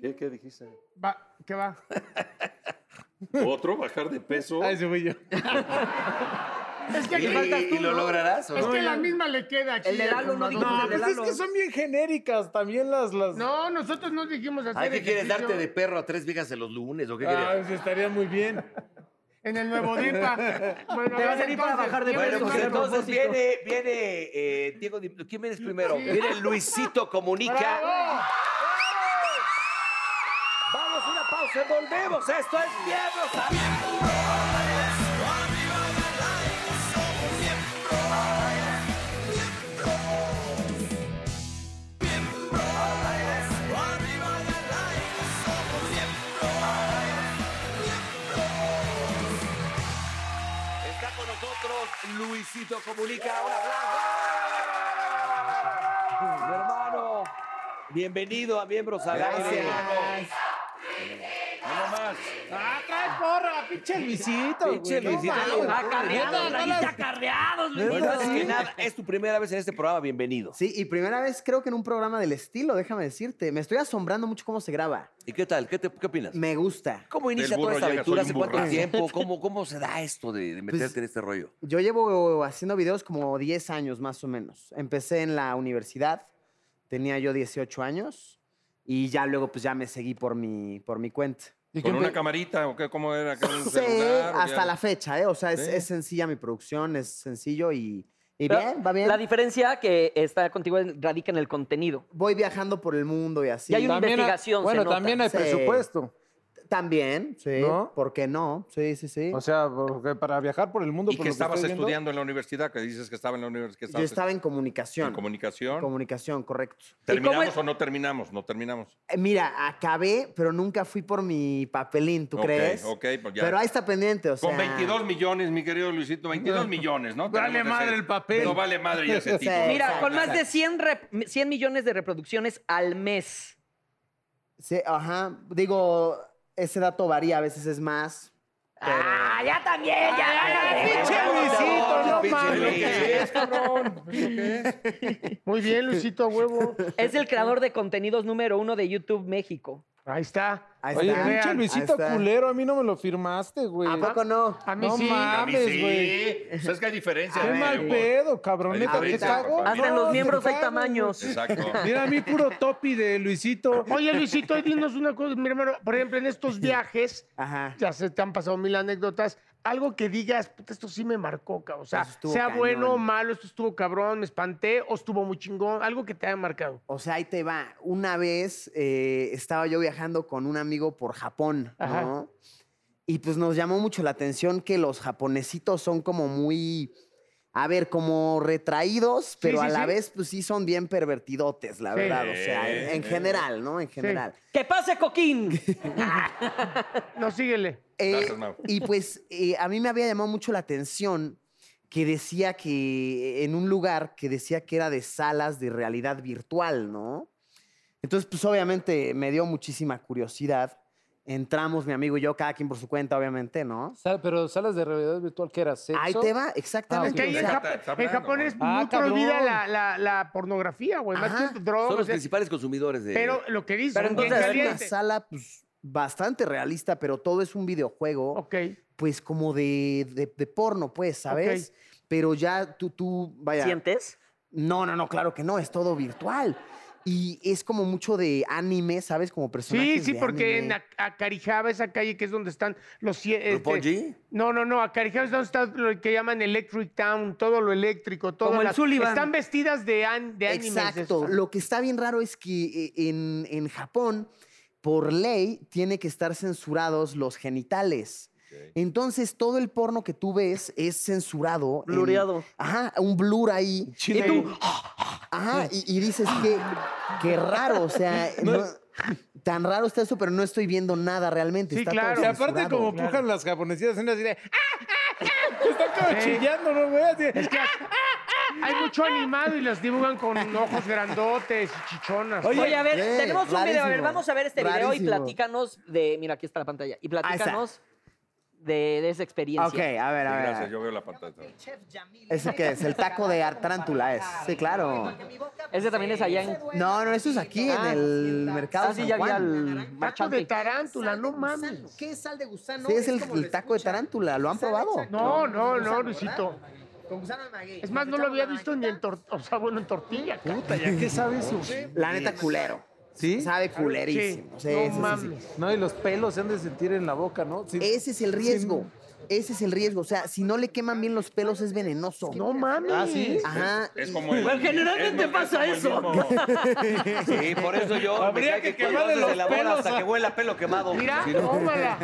Speaker 2: ¿Qué, qué dijiste?
Speaker 5: Va, ¿qué va?
Speaker 2: ¿Otro? ¿Bajar de peso?
Speaker 3: Ah, ese fui yo.
Speaker 5: Es que
Speaker 1: ¿Y,
Speaker 5: aquí faltas tú,
Speaker 1: y lo
Speaker 5: ¿no?
Speaker 1: lograrás? o
Speaker 5: Es
Speaker 1: no?
Speaker 5: que la misma le queda aquí.
Speaker 4: El de Lalo no dijo
Speaker 5: hermano.
Speaker 3: No,
Speaker 4: el de
Speaker 3: pues es
Speaker 4: Lalo.
Speaker 3: que son bien genéricas también las. las...
Speaker 5: No, nosotros no dijimos hacer
Speaker 1: Ay, ¿qué quieres?
Speaker 5: ejercicio
Speaker 1: ¿Darte de perro a tres viejas de los lunes o qué
Speaker 3: Ah,
Speaker 1: querías?
Speaker 3: pues estaría muy bien.
Speaker 5: En el nuevo DIPA. Bueno,
Speaker 4: Te va a servir para bajar de
Speaker 5: ¿quieres
Speaker 1: Bueno, pues
Speaker 4: peso,
Speaker 5: más?
Speaker 4: Pero
Speaker 1: entonces
Speaker 4: propósito.
Speaker 1: viene, viene eh, Diego, Di- ¿quién vienes primero?
Speaker 5: Sí.
Speaker 1: Viene Luisito Comunica.
Speaker 5: ¡Bravo!
Speaker 1: Vamos, una pausa, volvemos. Esto es Miembros al Aire. Está con nosotros Luisito Comunica. Un aplauso. Mi hermano, bienvenido a Miembros al Aire.
Speaker 3: Ah, trae porra, pinche Luisito. güey.
Speaker 1: Pinche
Speaker 3: No
Speaker 7: Ah,
Speaker 1: Luisito.
Speaker 3: mames. Ah,
Speaker 4: Acarreados,
Speaker 3: Neta, no
Speaker 4: trajiste
Speaker 3: las-
Speaker 4: acarreados, Luis.
Speaker 1: Bueno, antes que nada, es tu primera vez en este programa, bienvenido.
Speaker 6: Sí, y primera vez creo que en un programa del estilo, déjame decirte. Me estoy asombrando mucho cómo se graba.
Speaker 1: ¿Y qué tal? ¿Qué, te- qué opinas?
Speaker 6: Me gusta.
Speaker 1: ¿Cómo inicia
Speaker 2: burro
Speaker 1: toda esta
Speaker 2: llega,
Speaker 1: aventura?
Speaker 2: soy
Speaker 1: ¿Hace
Speaker 2: un
Speaker 1: cuánto
Speaker 2: burrazo.
Speaker 1: tiempo? ¿Cómo, ¿Cómo se da esto de, de meterte
Speaker 6: Pues-
Speaker 1: en este rollo?
Speaker 6: Yo llevo haciendo videos como 10 años más o menos. Empecé en la universidad, tenía yo 18 años y ya luego pues ya me seguí por mi, por mi cuenta.
Speaker 2: ¿Con una camarita o qué? ¿Cómo era? ¿Qué era un
Speaker 6: Sí,
Speaker 2: celular o
Speaker 6: hasta
Speaker 2: ya?
Speaker 6: la fecha, ¿eh? O sea, es,
Speaker 2: Sí.
Speaker 6: es sencilla mi producción, es sencillo y, y
Speaker 7: Pero
Speaker 6: bien, va bien.
Speaker 7: La diferencia que está contigo radica en el contenido.
Speaker 6: Voy viajando por el mundo y así.
Speaker 7: Y hay una
Speaker 3: También hay-
Speaker 7: investigación. se
Speaker 3: Bueno,
Speaker 7: nota.
Speaker 3: también hay
Speaker 6: Sí.
Speaker 3: presupuesto.
Speaker 6: También, sí.
Speaker 3: ¿No?
Speaker 6: ¿Por qué no? Sí, sí, sí.
Speaker 3: O sea, porque para viajar por el mundo.
Speaker 2: ¿Y
Speaker 3: por
Speaker 2: que
Speaker 3: Pues lo estoy
Speaker 2: estabas
Speaker 3: viendo,
Speaker 2: estudiando en la universidad? Que dices que estaba en la universidad.
Speaker 6: yo estaba en comunicación.
Speaker 2: en comunicación.
Speaker 6: comunicación, correcto.
Speaker 2: ¿Terminamos
Speaker 7: es-
Speaker 2: o no terminamos? No terminamos.
Speaker 6: Eh, Mira, acabé, pero nunca fui por mi papelín, ¿tú
Speaker 2: Ok,
Speaker 6: crees?
Speaker 2: ok, pues ya.
Speaker 6: Pero ahí está pendiente, o sea.
Speaker 2: Con 22 millones, mi querido Luisito, 22 millones, ¿no?
Speaker 3: Vale
Speaker 2: Tenemos
Speaker 3: madre el papel.
Speaker 2: No vale madre ya ese
Speaker 6: Sí.
Speaker 2: tipo.
Speaker 7: Mira,
Speaker 6: Exacto,
Speaker 7: con más de 100, rep- 100 millones de reproducciones al mes.
Speaker 6: Sí, ajá. Digo, ese dato varía, a veces es más.
Speaker 7: ¡Ah, ya también! ¡Ya!
Speaker 1: Luisito, no mames.
Speaker 5: Muy bien, Luisito, a huevo.
Speaker 7: Es el creador de contenidos número uno de YouTube México.
Speaker 5: Ahí está.
Speaker 6: Ahí
Speaker 3: Oye,
Speaker 6: está.
Speaker 3: pinche
Speaker 6: Ahí
Speaker 3: Luisito
Speaker 6: está.
Speaker 3: culero, a mí no me lo firmaste, güey.
Speaker 6: ¿A poco no?
Speaker 5: A mí
Speaker 3: No
Speaker 5: sí.
Speaker 3: mames.
Speaker 2: A mí sí.
Speaker 3: güey.
Speaker 2: O sea, es que hay diferencia.
Speaker 3: Qué
Speaker 2: de
Speaker 3: mal
Speaker 2: humor.
Speaker 3: pedo, cabrón.
Speaker 2: Ahí
Speaker 3: neta,
Speaker 2: te
Speaker 3: ¿Qué
Speaker 2: dice,
Speaker 3: cago?
Speaker 2: papá.
Speaker 7: Hasta en
Speaker 2: No,
Speaker 7: los
Speaker 3: te
Speaker 7: miembros hay
Speaker 3: cago,
Speaker 7: tamaños.
Speaker 2: Exacto.
Speaker 3: güey. Mira, a mí puro topi de Luisito.
Speaker 5: Oye, Luisito, y dinos una cosa, mi hermano. Por ejemplo, en estos viajes,
Speaker 6: Ajá.
Speaker 5: ya se te han pasado mil anécdotas. Algo que digas, puta, esto sí me marcó, cabrón. O sea,
Speaker 6: Eso estuvo
Speaker 5: sea bueno o
Speaker 6: cañón.
Speaker 5: malo, esto estuvo cabrón, me espanté o estuvo muy chingón. Algo que te haya marcado.
Speaker 6: O sea, ahí te va. Una vez eh, estaba yo viajando con un amigo por Japón,
Speaker 5: Ajá.
Speaker 6: ¿no? Y pues nos llamó mucho la atención que los japonesitos son como muy, a ver, como retraídos, pero
Speaker 5: sí,
Speaker 6: a la
Speaker 5: sí.
Speaker 6: vez pues sí son bien pervertidotes, la
Speaker 5: Sí.
Speaker 6: verdad. O sea, en, en
Speaker 2: Sí.
Speaker 6: general, ¿no? En general.
Speaker 7: ¡Que pase, Coquín!
Speaker 5: No, síguele.
Speaker 6: Eh,
Speaker 2: Gracias, Mau.
Speaker 6: y pues eh, a mí me había llamado mucho la atención que decía que, en un lugar que decía que era de salas de realidad virtual, ¿no? Entonces, pues obviamente me dio muchísima curiosidad. Entramos, mi amigo y yo, cada quien por su cuenta, obviamente, ¿no?
Speaker 8: Sal- pero salas de realidad virtual, ¿qué era? ¿Sexo?
Speaker 6: Ahí te va,
Speaker 5: Es que
Speaker 6: exactamente.
Speaker 5: ahí en,
Speaker 6: o sea,
Speaker 2: Está-
Speaker 5: Jap-
Speaker 2: está
Speaker 5: en
Speaker 2: hablando,
Speaker 5: Japón
Speaker 2: ¿no?
Speaker 5: es
Speaker 8: Ah,
Speaker 5: muy
Speaker 8: cabrón.
Speaker 5: prohibida la, la- la pornografía, güey. Más
Speaker 6: Ajá.
Speaker 5: bien drogas.
Speaker 1: Son los
Speaker 5: o sea,
Speaker 1: principales consumidores de.
Speaker 5: pero lo que dice,
Speaker 7: Pero
Speaker 5: bien
Speaker 7: entonces,
Speaker 6: era una
Speaker 5: caliente.
Speaker 6: sala pues, bastante realista, pero todo es un videojuego,
Speaker 5: Ok.
Speaker 6: pues como de, de- de porno, pues, ¿sabes? Pero ya tú, tú, vaya.
Speaker 7: ¿Sientes?
Speaker 6: No, no, no, claro que no, es todo virtual. Y es como mucho de anime, ¿sabes? Como
Speaker 5: Sí,
Speaker 6: personajes
Speaker 5: sí,
Speaker 6: de
Speaker 5: porque en
Speaker 6: anime.
Speaker 5: Ac- Akarijaba, esa calle que es donde están los... cie- este-
Speaker 1: ¿Rupongi?
Speaker 5: no, no, no, Akarijaba es donde está lo que llaman Electric Town, todo lo eléctrico, todo.
Speaker 7: Como el Sullivan.
Speaker 5: Están vestidas de, an, de animes.
Speaker 6: Exacto.
Speaker 5: esas.
Speaker 6: Lo que está bien raro es que eh, en, en Japón, por ley, tiene que estar censurados los genitales. Entonces, todo el porno que tú ves es censurado. en-
Speaker 7: Blureado.
Speaker 6: ajá, un blur ahí.
Speaker 8: Chile.
Speaker 6: Y tú, ajá, y, y dices que qué raro, o sea, no- tan raro está eso, pero no estoy viendo nada realmente.
Speaker 5: Sí,
Speaker 6: está
Speaker 5: claro.
Speaker 8: Y
Speaker 6: Todo
Speaker 8: aparte,
Speaker 6: censurado.
Speaker 8: como pujan las japonesitas en así de. "Ah, ah, ah", que Están como chillando, ¿no, güey? Así de,
Speaker 5: Es que hay mucho animado y las dibujan con ojos grandotes y chichonas.
Speaker 7: Oye, a ver,
Speaker 6: güey,
Speaker 7: tenemos un video. A ver,
Speaker 6: rarísimo,
Speaker 7: vamos a ver este video y
Speaker 6: rarísimo.
Speaker 7: platícanos de. Mira, aquí está la pantalla. Y platícanos de, de esa experiencia.
Speaker 6: Ok, a ver, a ver.
Speaker 2: Gracias, yo veo la pantalla.
Speaker 6: ¿Ese qué es? El taco de tarántula es. Sí, claro.
Speaker 7: Ese también es allá en.
Speaker 6: No, no, eso es aquí, en
Speaker 7: Ah,
Speaker 6: el mercado
Speaker 7: Ah, sí,
Speaker 6: San
Speaker 7: ya vi
Speaker 6: Juan.
Speaker 7: al
Speaker 5: Taco
Speaker 7: marchante.
Speaker 5: de tarántula, no mames.
Speaker 9: ¿Qué es sal de gusano?
Speaker 6: Sí, es el,
Speaker 9: como
Speaker 6: el
Speaker 9: lo
Speaker 6: taco de
Speaker 9: escuchan.
Speaker 6: tarántula, ¿lo han
Speaker 9: Sal,
Speaker 6: probado?
Speaker 9: exacto,
Speaker 5: No,
Speaker 9: con
Speaker 5: no, no,
Speaker 9: gusano,
Speaker 5: Luisito.
Speaker 9: ¿verdad? Con gusano de maguey.
Speaker 5: Es más, no lo había visto ni en tortilla, o sea, bueno, en tortilla. cara.
Speaker 8: Puta, ¿ya qué sabe eso?
Speaker 6: La neta, culero.
Speaker 8: ¿Sí?
Speaker 6: Sabe culerísimo. Sí,
Speaker 5: no
Speaker 6: sí, sí, sí.
Speaker 5: mames.
Speaker 8: No, y los pelos se han de sentir en la boca, ¿no? Sí.
Speaker 6: Ese es el riesgo. Ese es el riesgo. O sea, si no le queman bien los pelos, es venenoso.
Speaker 5: No mames.
Speaker 8: Ah, ¿sí?
Speaker 6: Ajá.
Speaker 2: Es como el-
Speaker 7: Bueno, generalmente
Speaker 2: es- es
Speaker 7: pasa
Speaker 2: como el
Speaker 7: eso.
Speaker 2: mismo-
Speaker 1: Sí, por eso yo.
Speaker 8: Habría
Speaker 1: me cae
Speaker 8: que
Speaker 1: cuando
Speaker 8: quemarle
Speaker 1: haces
Speaker 8: los
Speaker 1: el amor
Speaker 8: pelos
Speaker 1: Hasta
Speaker 8: a-
Speaker 1: que huela pelo quemado.
Speaker 5: Mira,
Speaker 1: Sí, no.
Speaker 5: tómala.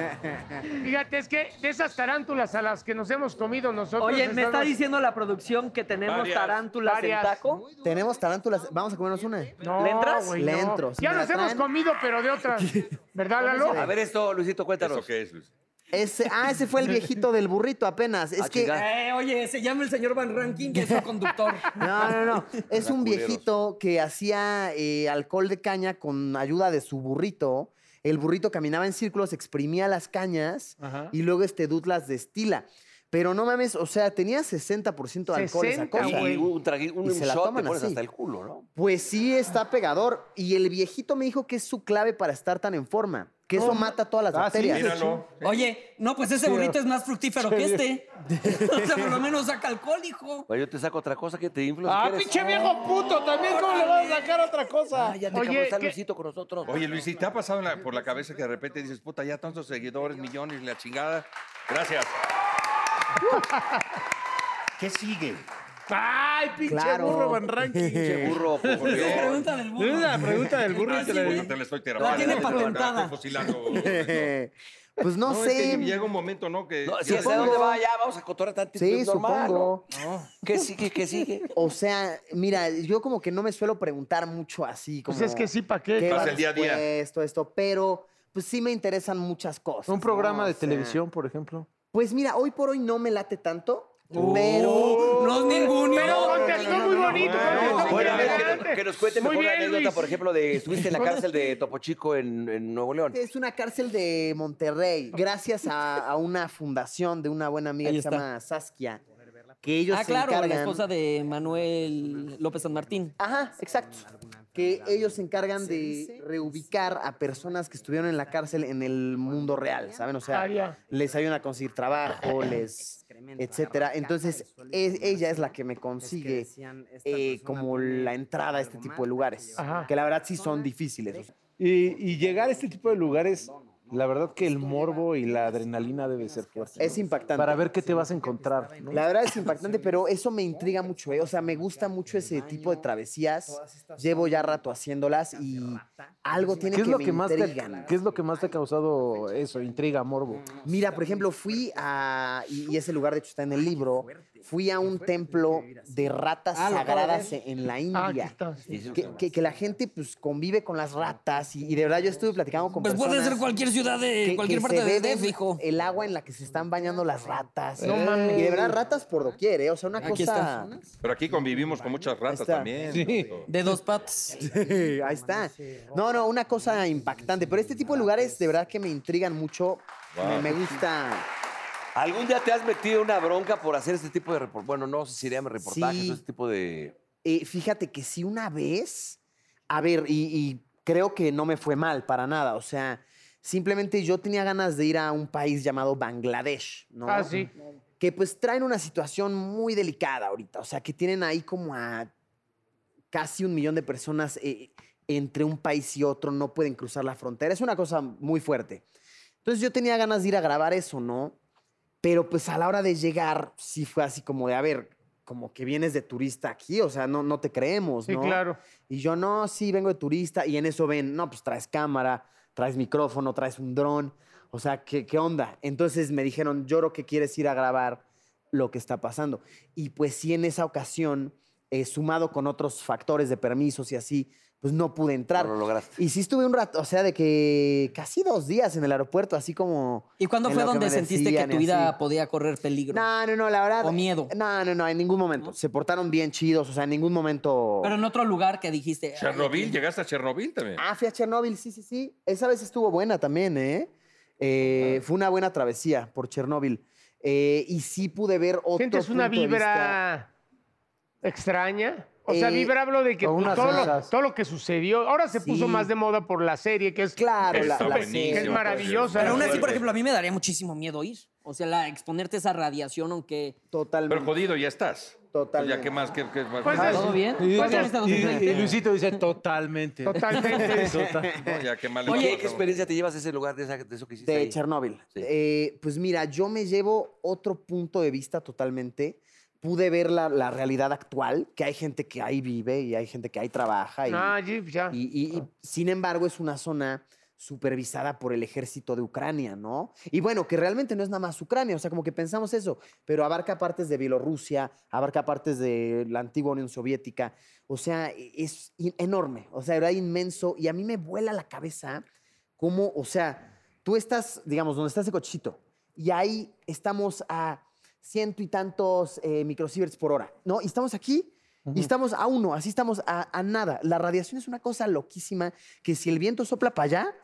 Speaker 5: Fíjate, es que de esas tarántulas a las que nos hemos comido nosotros.
Speaker 7: Oye, me está
Speaker 5: estamos-
Speaker 7: diciendo la producción que tenemos
Speaker 2: Varias,
Speaker 7: tarántulas
Speaker 5: varias.
Speaker 7: en taco.
Speaker 6: Tenemos tarántulas. Vamos a comernos una.
Speaker 5: No,
Speaker 7: ¿Le entras?
Speaker 5: güey,
Speaker 6: Le
Speaker 5: no.
Speaker 6: entro, si
Speaker 5: Ya
Speaker 6: me la
Speaker 5: nos hemos
Speaker 6: traen.
Speaker 5: comido, pero de otras. ¿Verdad,
Speaker 1: A
Speaker 5: Lalo?
Speaker 1: ver esto, Luisito,
Speaker 2: ¿Eso
Speaker 1: cuéntanos.
Speaker 2: qué es, Luis?
Speaker 6: Ese, ah, ese fue el viejito del burrito apenas. Es
Speaker 1: Ah,
Speaker 6: que.
Speaker 4: eh,
Speaker 1: chinga.
Speaker 10: Eh,
Speaker 7: oye, se llama el señor Van Ranking, que es su conductor.
Speaker 6: No, no, no. Es un
Speaker 2: Raculeros.
Speaker 6: viejito que hacía eh, alcohol de caña con ayuda de su burrito. El burrito caminaba en círculos, exprimía las cañas y luego este dude las destila. Pero no mames, o sea, tenía 60% de alcohol esa
Speaker 5: 60,
Speaker 6: cosa.
Speaker 1: Y un, tragui- un
Speaker 6: Y se la
Speaker 1: shot te
Speaker 6: toman
Speaker 1: pones
Speaker 6: así.
Speaker 1: hasta el culo, ¿no?
Speaker 6: Pues sí, está pegador. Y el viejito me dijo que es su clave para estar tan en forma. Que eso mata todas las
Speaker 8: Ah, sí,
Speaker 6: bacterias.
Speaker 2: Míralo.
Speaker 10: Oye, no, pues ese burrito es más fructífero que este. o sea, por lo menos saca alcohol, hijo.
Speaker 1: Bueno, Pues yo te saco otra cosa que te infla.
Speaker 8: Ah,
Speaker 1: si quieres.
Speaker 8: pinche viejo puto, también cómo le vas a sacar otra cosa.
Speaker 1: Ah, ya te
Speaker 5: Oye,
Speaker 1: acabó de estar
Speaker 5: ¿qué?
Speaker 1: Luisito con nosotros.
Speaker 2: Oye, Luis, ¿y te ha pasado en la- por la cabeza que de repente dices, puta, ya tantos seguidores, millones, la chingada? Gracias. ¿Qué sigue?
Speaker 8: Ay, pinche
Speaker 6: Claro.
Speaker 8: burro Van Ranking.
Speaker 1: Qué burro.
Speaker 2: Por
Speaker 1: Jorge.
Speaker 10: Es la pregunta del burro.
Speaker 8: Es la pregunta del burro y te la-
Speaker 10: Así,
Speaker 2: No
Speaker 10: güey.
Speaker 2: te la estoy tirando.
Speaker 10: La tiene
Speaker 2: no te la-
Speaker 10: patentada.
Speaker 2: estoy fusilando.
Speaker 6: pues no,
Speaker 2: No, este es
Speaker 6: sé.
Speaker 2: que llega un momento, ¿no? Que
Speaker 1: No,
Speaker 2: ya
Speaker 1: si
Speaker 2: se-
Speaker 1: hacia dónde va, ya vamos a cotorrear tantito.
Speaker 6: Sí,
Speaker 1: Este es normal, ¿no?
Speaker 6: supongo.
Speaker 1: ¿Qué sigue? ¿Qué sigue?
Speaker 6: O sea, mira, yo como que no me suelo preguntar mucho así. Como,
Speaker 5: Pues es que sí, ¿para qué?
Speaker 6: ¿Qué
Speaker 2: Pasa
Speaker 6: va
Speaker 2: el día a día.
Speaker 6: después, Esto, esto, pero pues sí me interesan muchas cosas.
Speaker 8: Un
Speaker 6: ¿no?
Speaker 8: programa de
Speaker 6: O sea,
Speaker 8: televisión, por ejemplo.
Speaker 6: Pues mira, hoy por hoy no me late tanto,
Speaker 2: Oh.
Speaker 6: pero
Speaker 10: No es ninguno.
Speaker 5: Pero contestó muy bonito. contestó muy
Speaker 1: Bueno, a ver, que,
Speaker 5: elegante.
Speaker 1: nos- que nos cuente
Speaker 5: Muy
Speaker 1: mejor la
Speaker 5: bien,
Speaker 1: anécdota,
Speaker 5: Luis.
Speaker 1: por ejemplo, de estuviste en la cárcel de Topo Chico en, en Nuevo León.
Speaker 6: es una cárcel de Monterrey, gracias a, a una fundación de una buena amiga
Speaker 10: Ahí
Speaker 6: que se
Speaker 10: está.
Speaker 6: llama Saskia, que ellos
Speaker 10: Ah,
Speaker 6: se
Speaker 10: claro, la
Speaker 6: encargan...
Speaker 10: esposa de Manuel López San Martín.
Speaker 6: Ajá, exacto. Que ellos se encargan de reubicar a personas que estuvieron en la cárcel en el mundo real, ¿saben? O sea,
Speaker 5: Ah, ya.
Speaker 6: les ayudan a conseguir trabajo, les, etcétera. Entonces, es- ella es la que me consigue eh, como la entrada a este tipo de lugares,
Speaker 5: Ajá.
Speaker 6: que la verdad sí son difíciles.
Speaker 8: Y, y llegar a este tipo de lugares, la verdad que el morbo y la adrenalina debe ser fuerte. ¿no?
Speaker 6: Es impactante.
Speaker 8: Para ver qué te vas a encontrar. ¿no?
Speaker 6: La verdad es impactante, pero eso me intriga mucho, ¿eh? O sea, me gusta mucho ese tipo de travesías. Llevo ya rato haciéndolas y Algo tiene
Speaker 8: ¿Qué es,
Speaker 6: que
Speaker 8: lo
Speaker 6: me
Speaker 8: que más
Speaker 6: intrigan.
Speaker 8: te, ¿Qué es lo que más te ha causado eso, intriga, morbo?
Speaker 6: Mira, por ejemplo, fui a, y, y ese lugar de hecho está en el libro, fui a un templo de ratas
Speaker 5: Ah, lo acabo de
Speaker 6: sagradas
Speaker 5: ver.
Speaker 6: en la
Speaker 5: Ah, aquí
Speaker 6: India.
Speaker 5: está, sí.
Speaker 6: que, que- que la gente pues convive con las ratas y, y de verdad yo estuve platicando con
Speaker 10: Pues puede
Speaker 6: personas
Speaker 10: ser cualquier ciudad de-
Speaker 6: que- que
Speaker 10: cualquier
Speaker 6: se
Speaker 10: parte del
Speaker 6: beben
Speaker 10: DF, hijo.
Speaker 6: El agua en la que se están bañando las ratas.
Speaker 5: No mames.
Speaker 6: Y de verdad ratas por doquier, ¿eh? O sea, una
Speaker 10: Aquí
Speaker 6: cosa...
Speaker 2: Pero aquí convivimos con muchas ratas
Speaker 6: Está.
Speaker 2: también.
Speaker 10: De dos patas.
Speaker 6: Sí, ahí está. No, no, una cosa impactante. Pero este tipo de lugares de verdad que me intrigan mucho. Me, me gusta.
Speaker 1: ¿Algún día te has metido una bronca por hacer este tipo de reportajes? Bueno, no sé si serían reportajes
Speaker 6: Sí.
Speaker 1: o este tipo de...
Speaker 6: Eh, fíjate que si una vez, a ver, y, y creo que no me fue mal para nada. O sea, simplemente yo tenía ganas de ir a un país llamado Bangladesh, ¿no?
Speaker 5: Ah, sí.
Speaker 6: Que pues traen una situación muy delicada ahorita. O sea, que tienen ahí como a casi un millón de personas eh, entre un país y otro, no pueden cruzar la frontera. Es una cosa muy fuerte. Entonces yo tenía ganas de ir a grabar eso, ¿no? Pero pues a la hora de llegar, sí fue así como de, a ver, como que vienes de turista aquí, o sea, no, no te creemos,
Speaker 5: Sí,
Speaker 6: ¿no?
Speaker 5: claro.
Speaker 6: Y yo, no, sí, vengo de turista. Y en eso ven, no, pues traes cámara, traes micrófono, traes un dron. O sea, ¿qué, qué onda? Entonces me dijeron, yo creo que quieres ir a grabar lo que está pasando. Y pues sí, en esa ocasión, eh, sumado con otros factores de permisos y así, pues no pude entrar.
Speaker 1: No lo lograste.
Speaker 6: Y sí estuve un rato, o sea, de que casi dos días en el aeropuerto, así como...
Speaker 10: ¿Y cuándo
Speaker 6: en
Speaker 10: fue
Speaker 6: lo que
Speaker 10: donde
Speaker 6: me
Speaker 10: sentiste que
Speaker 6: decían y
Speaker 10: tu vida
Speaker 6: así.
Speaker 10: podía correr peligro?
Speaker 6: No, no, no, la verdad...
Speaker 10: ¿O miedo?
Speaker 6: No, no, no, en ningún momento. Se portaron bien chidos, o sea, en ningún momento...
Speaker 10: Pero en otro lugar que dijiste. "Ay,
Speaker 2: Chernobyl, llegaste a Chernobyl también.
Speaker 6: Ah, fui a Chernóbil, sí, sí, sí. Esa vez estuvo buena también, ¿eh? Eh, Fue una buena travesía por Chernóbil. Eh, y sí pude ver otro
Speaker 5: ¿Sientes una
Speaker 6: punto de vista.
Speaker 5: vibra extraña? O sea,
Speaker 6: Eh,
Speaker 5: vibra hablo de que
Speaker 8: o
Speaker 5: pues,
Speaker 8: unas
Speaker 5: todo, lo,
Speaker 8: ondas.
Speaker 5: todo lo que sucedió. Ahora se puso
Speaker 6: Sí.
Speaker 5: más de moda por la serie, que es
Speaker 6: Claro,
Speaker 5: que
Speaker 6: la,
Speaker 2: Está
Speaker 6: la
Speaker 2: buenísimo. pues,
Speaker 5: es
Speaker 6: serie.
Speaker 5: maravillosa.
Speaker 10: Pero aún
Speaker 2: una-
Speaker 10: así, por
Speaker 2: Fuerte.
Speaker 10: ejemplo, a mí me daría muchísimo miedo ir. O sea, la, exponerte a esa radiación, aunque.
Speaker 6: Totalmente.
Speaker 2: Pero jodido, ya estás.
Speaker 6: Totalmente.
Speaker 2: Ya, ¿qué más? ¿Qué, qué más?
Speaker 5: Pues
Speaker 2: Ah,
Speaker 5: es-
Speaker 10: ¿Todo bien?
Speaker 8: Y,
Speaker 10: ¿Cuántos años te
Speaker 8: y-
Speaker 10: acostumbraste?
Speaker 8: y Luisito dice totalmente.
Speaker 5: Totalmente.
Speaker 2: no, ya, qué mal.
Speaker 1: Oye,
Speaker 2: Oye,
Speaker 1: ¿qué experiencia te llevas de ese lugar, de, esa- de eso que hiciste
Speaker 6: de
Speaker 1: ahí?
Speaker 6: Chernóbil.
Speaker 1: Sí.
Speaker 6: Eh, pues mira, yo me llevo otro punto de vista totalmente. Pude ver la, la realidad actual, que hay gente que ahí vive y hay gente que ahí trabaja. Y,
Speaker 5: Ah, sí, ya.
Speaker 6: Y, y- y, sin embargo, es una zona supervisada por el ejército de Ucrania, ¿no? Y bueno, que realmente no es nada más Ucrania, o sea, como que pensamos eso, pero abarca partes de Bielorrusia, abarca partes de la antigua Unión Soviética, o sea, e- es in- enorme, o sea, era inmenso y a mí me vuela la cabeza cómo, o sea, tú estás, digamos, donde está ese cochito y ahí estamos a ciento y tantos eh, microsieverts por hora, ¿no? Y estamos aquí y estamos a uno, así estamos a, a nada. La radiación es una cosa loquísima que si el viento sopla para allá,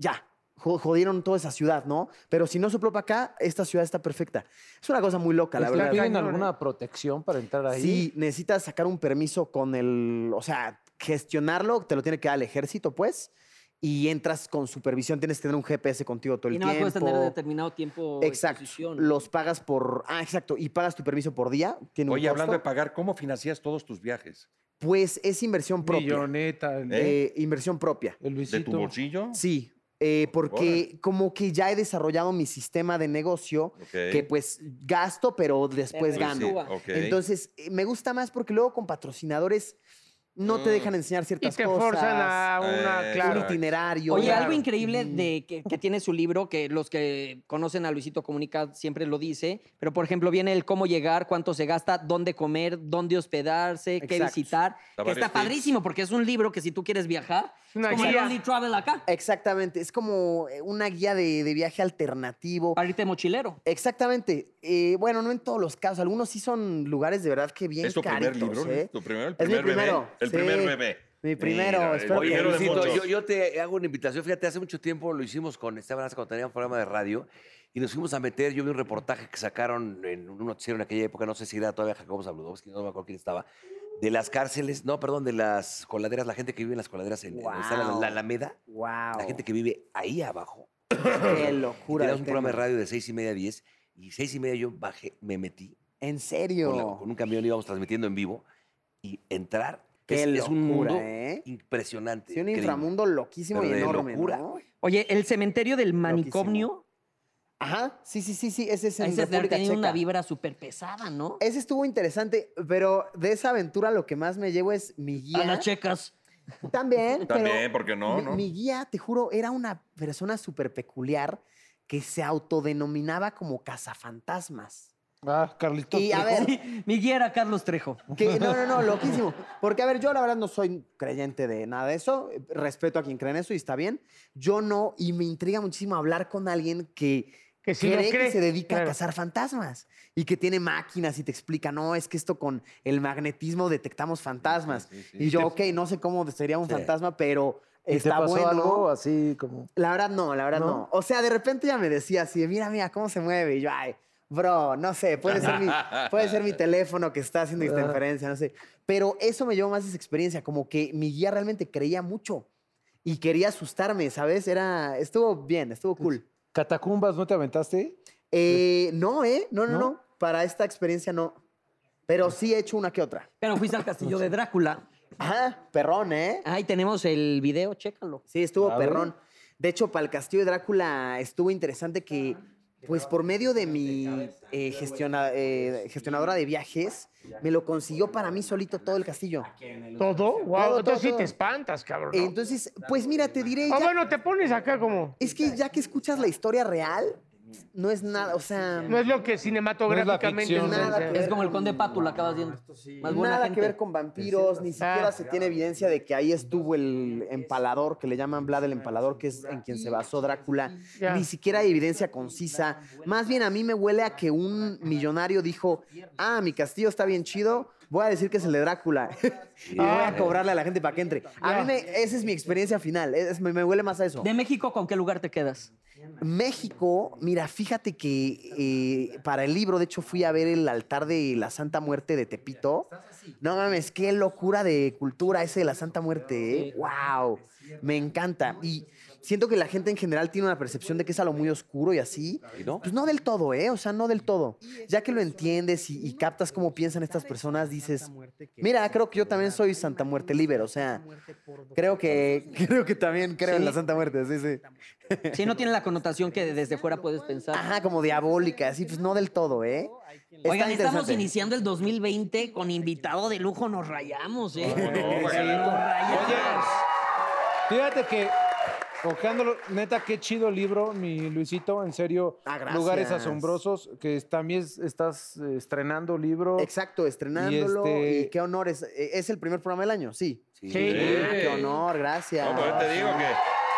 Speaker 6: ya, jo- jodieron toda esa ciudad, ¿no? Pero si no sopló para acá, esta ciudad está perfecta. Es una cosa muy loca, la
Speaker 8: ¿Te
Speaker 6: verdad.
Speaker 8: piden
Speaker 5: cañón, ¿eh?
Speaker 8: alguna protección para entrar ahí?
Speaker 6: Sí, necesitas sacar un permiso con el, o sea, gestionarlo, te lo tiene que dar el ejército, pues, y entras con supervisión, tienes que tener un GPS contigo todo el
Speaker 10: Y nada más
Speaker 6: tiempo.
Speaker 10: puedes tener determinado tiempo. de
Speaker 6: exacto.
Speaker 10: exposición.
Speaker 6: Los pagas por, ah, exacto, y pagas tu permiso por día, tiene un
Speaker 2: Oye, hablando de
Speaker 6: costo.
Speaker 2: pagar, ¿cómo financias todos tus viajes?
Speaker 6: pues es inversión propia,
Speaker 8: Milloneta. El,
Speaker 6: eh, inversión propia.
Speaker 8: el
Speaker 2: ¿De tu
Speaker 8: Luisito.
Speaker 2: bolsillo?
Speaker 6: Sí, eh, porque como que ya he desarrollado mi sistema de negocio
Speaker 2: Ok.
Speaker 6: que pues gasto, pero después
Speaker 2: Sí,
Speaker 6: gano.
Speaker 2: sí, ok.
Speaker 6: Entonces, eh, me gusta más porque luego con patrocinadores no te
Speaker 2: Mm.
Speaker 6: dejan enseñar
Speaker 5: Y
Speaker 6: ciertas
Speaker 5: te
Speaker 6: cosas.
Speaker 5: forzan a una,
Speaker 2: Eh,
Speaker 6: Un
Speaker 5: claro.
Speaker 2: Exacto.
Speaker 6: itinerario.
Speaker 10: Oye,
Speaker 6: Claro.
Speaker 10: algo increíble de que, que tiene su libro, que los que conocen a Luisito Comunica siempre lo dice, pero por ejemplo viene el cómo llegar, cuánto se gasta, dónde comer, dónde hospedarse, qué
Speaker 6: Exacto.
Speaker 10: visitar.
Speaker 2: Da
Speaker 10: que está
Speaker 2: varios tips.
Speaker 10: padrísimo porque es un libro que si tú quieres viajar,
Speaker 5: Una
Speaker 10: es como el
Speaker 5: guía.
Speaker 10: Only Travel acá,
Speaker 6: Exactamente, es como eh, una guía de, de viaje alternativo.
Speaker 10: para irte de mochilero.
Speaker 6: Exactamente. Eh, bueno, no en todos los casos. Algunos sí son lugares de verdad que bien
Speaker 2: ¿Es tu primer
Speaker 6: caritos,
Speaker 2: libro?
Speaker 6: ¿eh?
Speaker 2: ¿Tu primero? ¿El
Speaker 6: Es mi
Speaker 2: primer bebé?
Speaker 6: primero,
Speaker 2: El
Speaker 6: sí.
Speaker 2: primer bebé.
Speaker 6: Mi primero,
Speaker 2: Mira, eh. el
Speaker 6: espero que-
Speaker 1: Oye,
Speaker 2: primero de
Speaker 1: Luisito,
Speaker 2: muchos.
Speaker 1: yo, yo te hago una invitación. Fíjate, hace mucho tiempo lo hicimos con Esteban Arce cuando teníamos un programa de radio y nos fuimos a meter. Yo vi un reportaje que sacaron en un noticiero en aquella época, no sé si era todavía Jacobo Zabludovsky, no me acuerdo quién estaba, de las cárceles, no, perdón, de las coladeras, la gente que vive en las coladeras en, en donde está la,
Speaker 6: Guau.
Speaker 1: la Alameda,
Speaker 6: Wow.
Speaker 1: la gente que vive ahí abajo.
Speaker 6: Qué
Speaker 1: Y
Speaker 6: locura. de
Speaker 1: Teníamos un programa de
Speaker 6: tema.
Speaker 1: radio de seis y media a diez y seis y media yo bajé, me metí
Speaker 6: En
Speaker 1: con, la-
Speaker 6: serio.
Speaker 1: con un camión, íbamos transmitiendo en vivo y entrar. Es,
Speaker 6: Qué
Speaker 1: es un
Speaker 6: locura,
Speaker 1: mundo
Speaker 6: ¿eh?
Speaker 1: impresionante.
Speaker 6: Sí, un
Speaker 1: increíble.
Speaker 6: inframundo loquísimo
Speaker 1: Pero
Speaker 6: y
Speaker 1: de
Speaker 6: enorme.
Speaker 1: locura,
Speaker 6: ¿no?
Speaker 10: Oye, el cementerio del manicomio,
Speaker 6: Ajá, sí, sí, sí, sí. Ese es en
Speaker 10: ahí se
Speaker 6: República
Speaker 10: tiene
Speaker 6: Checa.
Speaker 10: una vibra súper pesada, ¿no?
Speaker 6: Ese estuvo interesante, pero de esa aventura lo que más me llevo es mi guía.
Speaker 10: A las checas.
Speaker 6: También, pero
Speaker 2: También, porque no,
Speaker 6: mi,
Speaker 2: ¿no?
Speaker 6: mi guía, te juro, era una persona súper peculiar que se autodenominaba como cazafantasmas.
Speaker 3: Ah, Carlitos.
Speaker 6: Y a
Speaker 3: Trejo.
Speaker 6: ver,
Speaker 4: mi guía era Carlos Trejo.
Speaker 6: Que- no, no, no, loquísimo. Porque, a ver, yo la verdad no soy creyente de nada de eso. Respeto a quien cree en eso y está bien. Yo no, y me intriga muchísimo hablar con alguien que,
Speaker 5: Que sí lo
Speaker 6: cree
Speaker 5: cree,
Speaker 6: que se dedica
Speaker 5: claro.
Speaker 6: a cazar fantasmas y que tiene máquinas y te explica, no, es que esto con el magnetismo detectamos fantasmas. Y yo, ok, no sé cómo sería un
Speaker 3: Sí.
Speaker 6: fantasma, pero
Speaker 3: ¿Y te
Speaker 6: está
Speaker 3: pasó
Speaker 6: bueno.
Speaker 3: algo así como?
Speaker 6: La verdad no, la verdad no.
Speaker 3: ¿No?
Speaker 6: O sea, de repente ya me decía así, de, mira, mira, cómo se mueve. Y yo, ay, bro, no sé, puede ser mi, puede ser mi teléfono que está haciendo
Speaker 3: Ah.
Speaker 6: esta interferencia, no sé. Pero eso me llevó más esa experiencia, como que mi guía realmente creía mucho y quería asustarme, ¿sabes? Era, estuvo bien, estuvo cool.
Speaker 3: ¿Catacumbas no te aventaste?
Speaker 6: Eh, no, ¿eh? No, no,
Speaker 3: ¿No?
Speaker 6: no, Para esta experiencia no. Pero sí he hecho una que otra.
Speaker 4: Pero fuiste al castillo de Drácula.
Speaker 6: Ajá, perrón, ¿eh?
Speaker 4: Ahí tenemos el video, chécalo.
Speaker 6: Sí, estuvo
Speaker 4: Ah. A ver.
Speaker 6: perrón. De hecho, para el Castillo de Drácula estuvo interesante que, pues por medio de mi eh, gestiona- eh, gestionadora de viajes, me lo consiguió para mí solito todo el castillo.
Speaker 5: ¿Todo? Wow,
Speaker 6: Todo,
Speaker 5: entonces sí
Speaker 6: todo.
Speaker 5: te espantas, cabrón. ¿no?
Speaker 6: Entonces, pues mira, te diré...
Speaker 5: Ah,
Speaker 6: ya-
Speaker 5: bueno, te pones acá como...
Speaker 6: Es que ya que escuchas la historia real, no es nada, o sea...
Speaker 5: No es lo que cinematográficamente...
Speaker 6: No es la ficción, pues.
Speaker 5: entonces,
Speaker 6: ¿no?
Speaker 5: es
Speaker 4: Es como el conde Pátula, acabas viendo. Más buena
Speaker 6: Nada
Speaker 4: gente.
Speaker 6: que ver con vampiros, ni siquiera se tiene evidencia de que ahí estuvo el empalador, que le llaman Vlad el empalador, que es en quien se basó Drácula.
Speaker 5: Ya.
Speaker 6: Ni siquiera hay evidencia concisa. Más bien a mí me huele a que un millonario dijo, ah, mi castillo está bien chido, voy a decir que es el de Drácula. y voy a cobrarle a la gente para que entre. A mí me- esa es mi experiencia final, es- me, me huele más a eso.
Speaker 4: De México, ¿con qué lugar te quedas?
Speaker 6: México, mira, fíjate que eh, para el libro, de hecho, fui a ver el altar de la Santa Muerte de Tepito. No mames, qué locura de cultura ese de la Santa Muerte, ¿eh? ¡Wow! Me encanta. Y siento que la gente en general tiene una percepción de que es algo muy oscuro y así. Pues no del todo, ¿eh? O sea, no del todo. Ya que lo entiendes y, y captas cómo piensan estas personas, dices, mira, creo que yo también soy Santa Muerte libre, o sea, creo que, creo que también creo en la Santa Muerte, sí, sí.
Speaker 4: Sí, no tiene la connotación que desde fuera puedes pensar.
Speaker 6: Ajá, como diabólica, así, pues no del todo, ¿eh? Está
Speaker 4: Oigan, estamos
Speaker 6: interesante.
Speaker 4: iniciando el 2020 con invitado de lujo, nos rayamos, ¿eh? Sí, nos rayamos.
Speaker 3: Fíjate que, tocándolo, neta, qué chido libro, mi Luisito, en serio.
Speaker 6: gracias.
Speaker 3: Lugares asombrosos, que también es- estás eh, estrenando libro.
Speaker 6: Exacto, estrenándolo. Y,
Speaker 3: este-
Speaker 6: qué honor, es, es el primer programa del año, sí. Sí.
Speaker 2: Sí.
Speaker 6: qué honor, gracias.
Speaker 2: No, pero te digo que.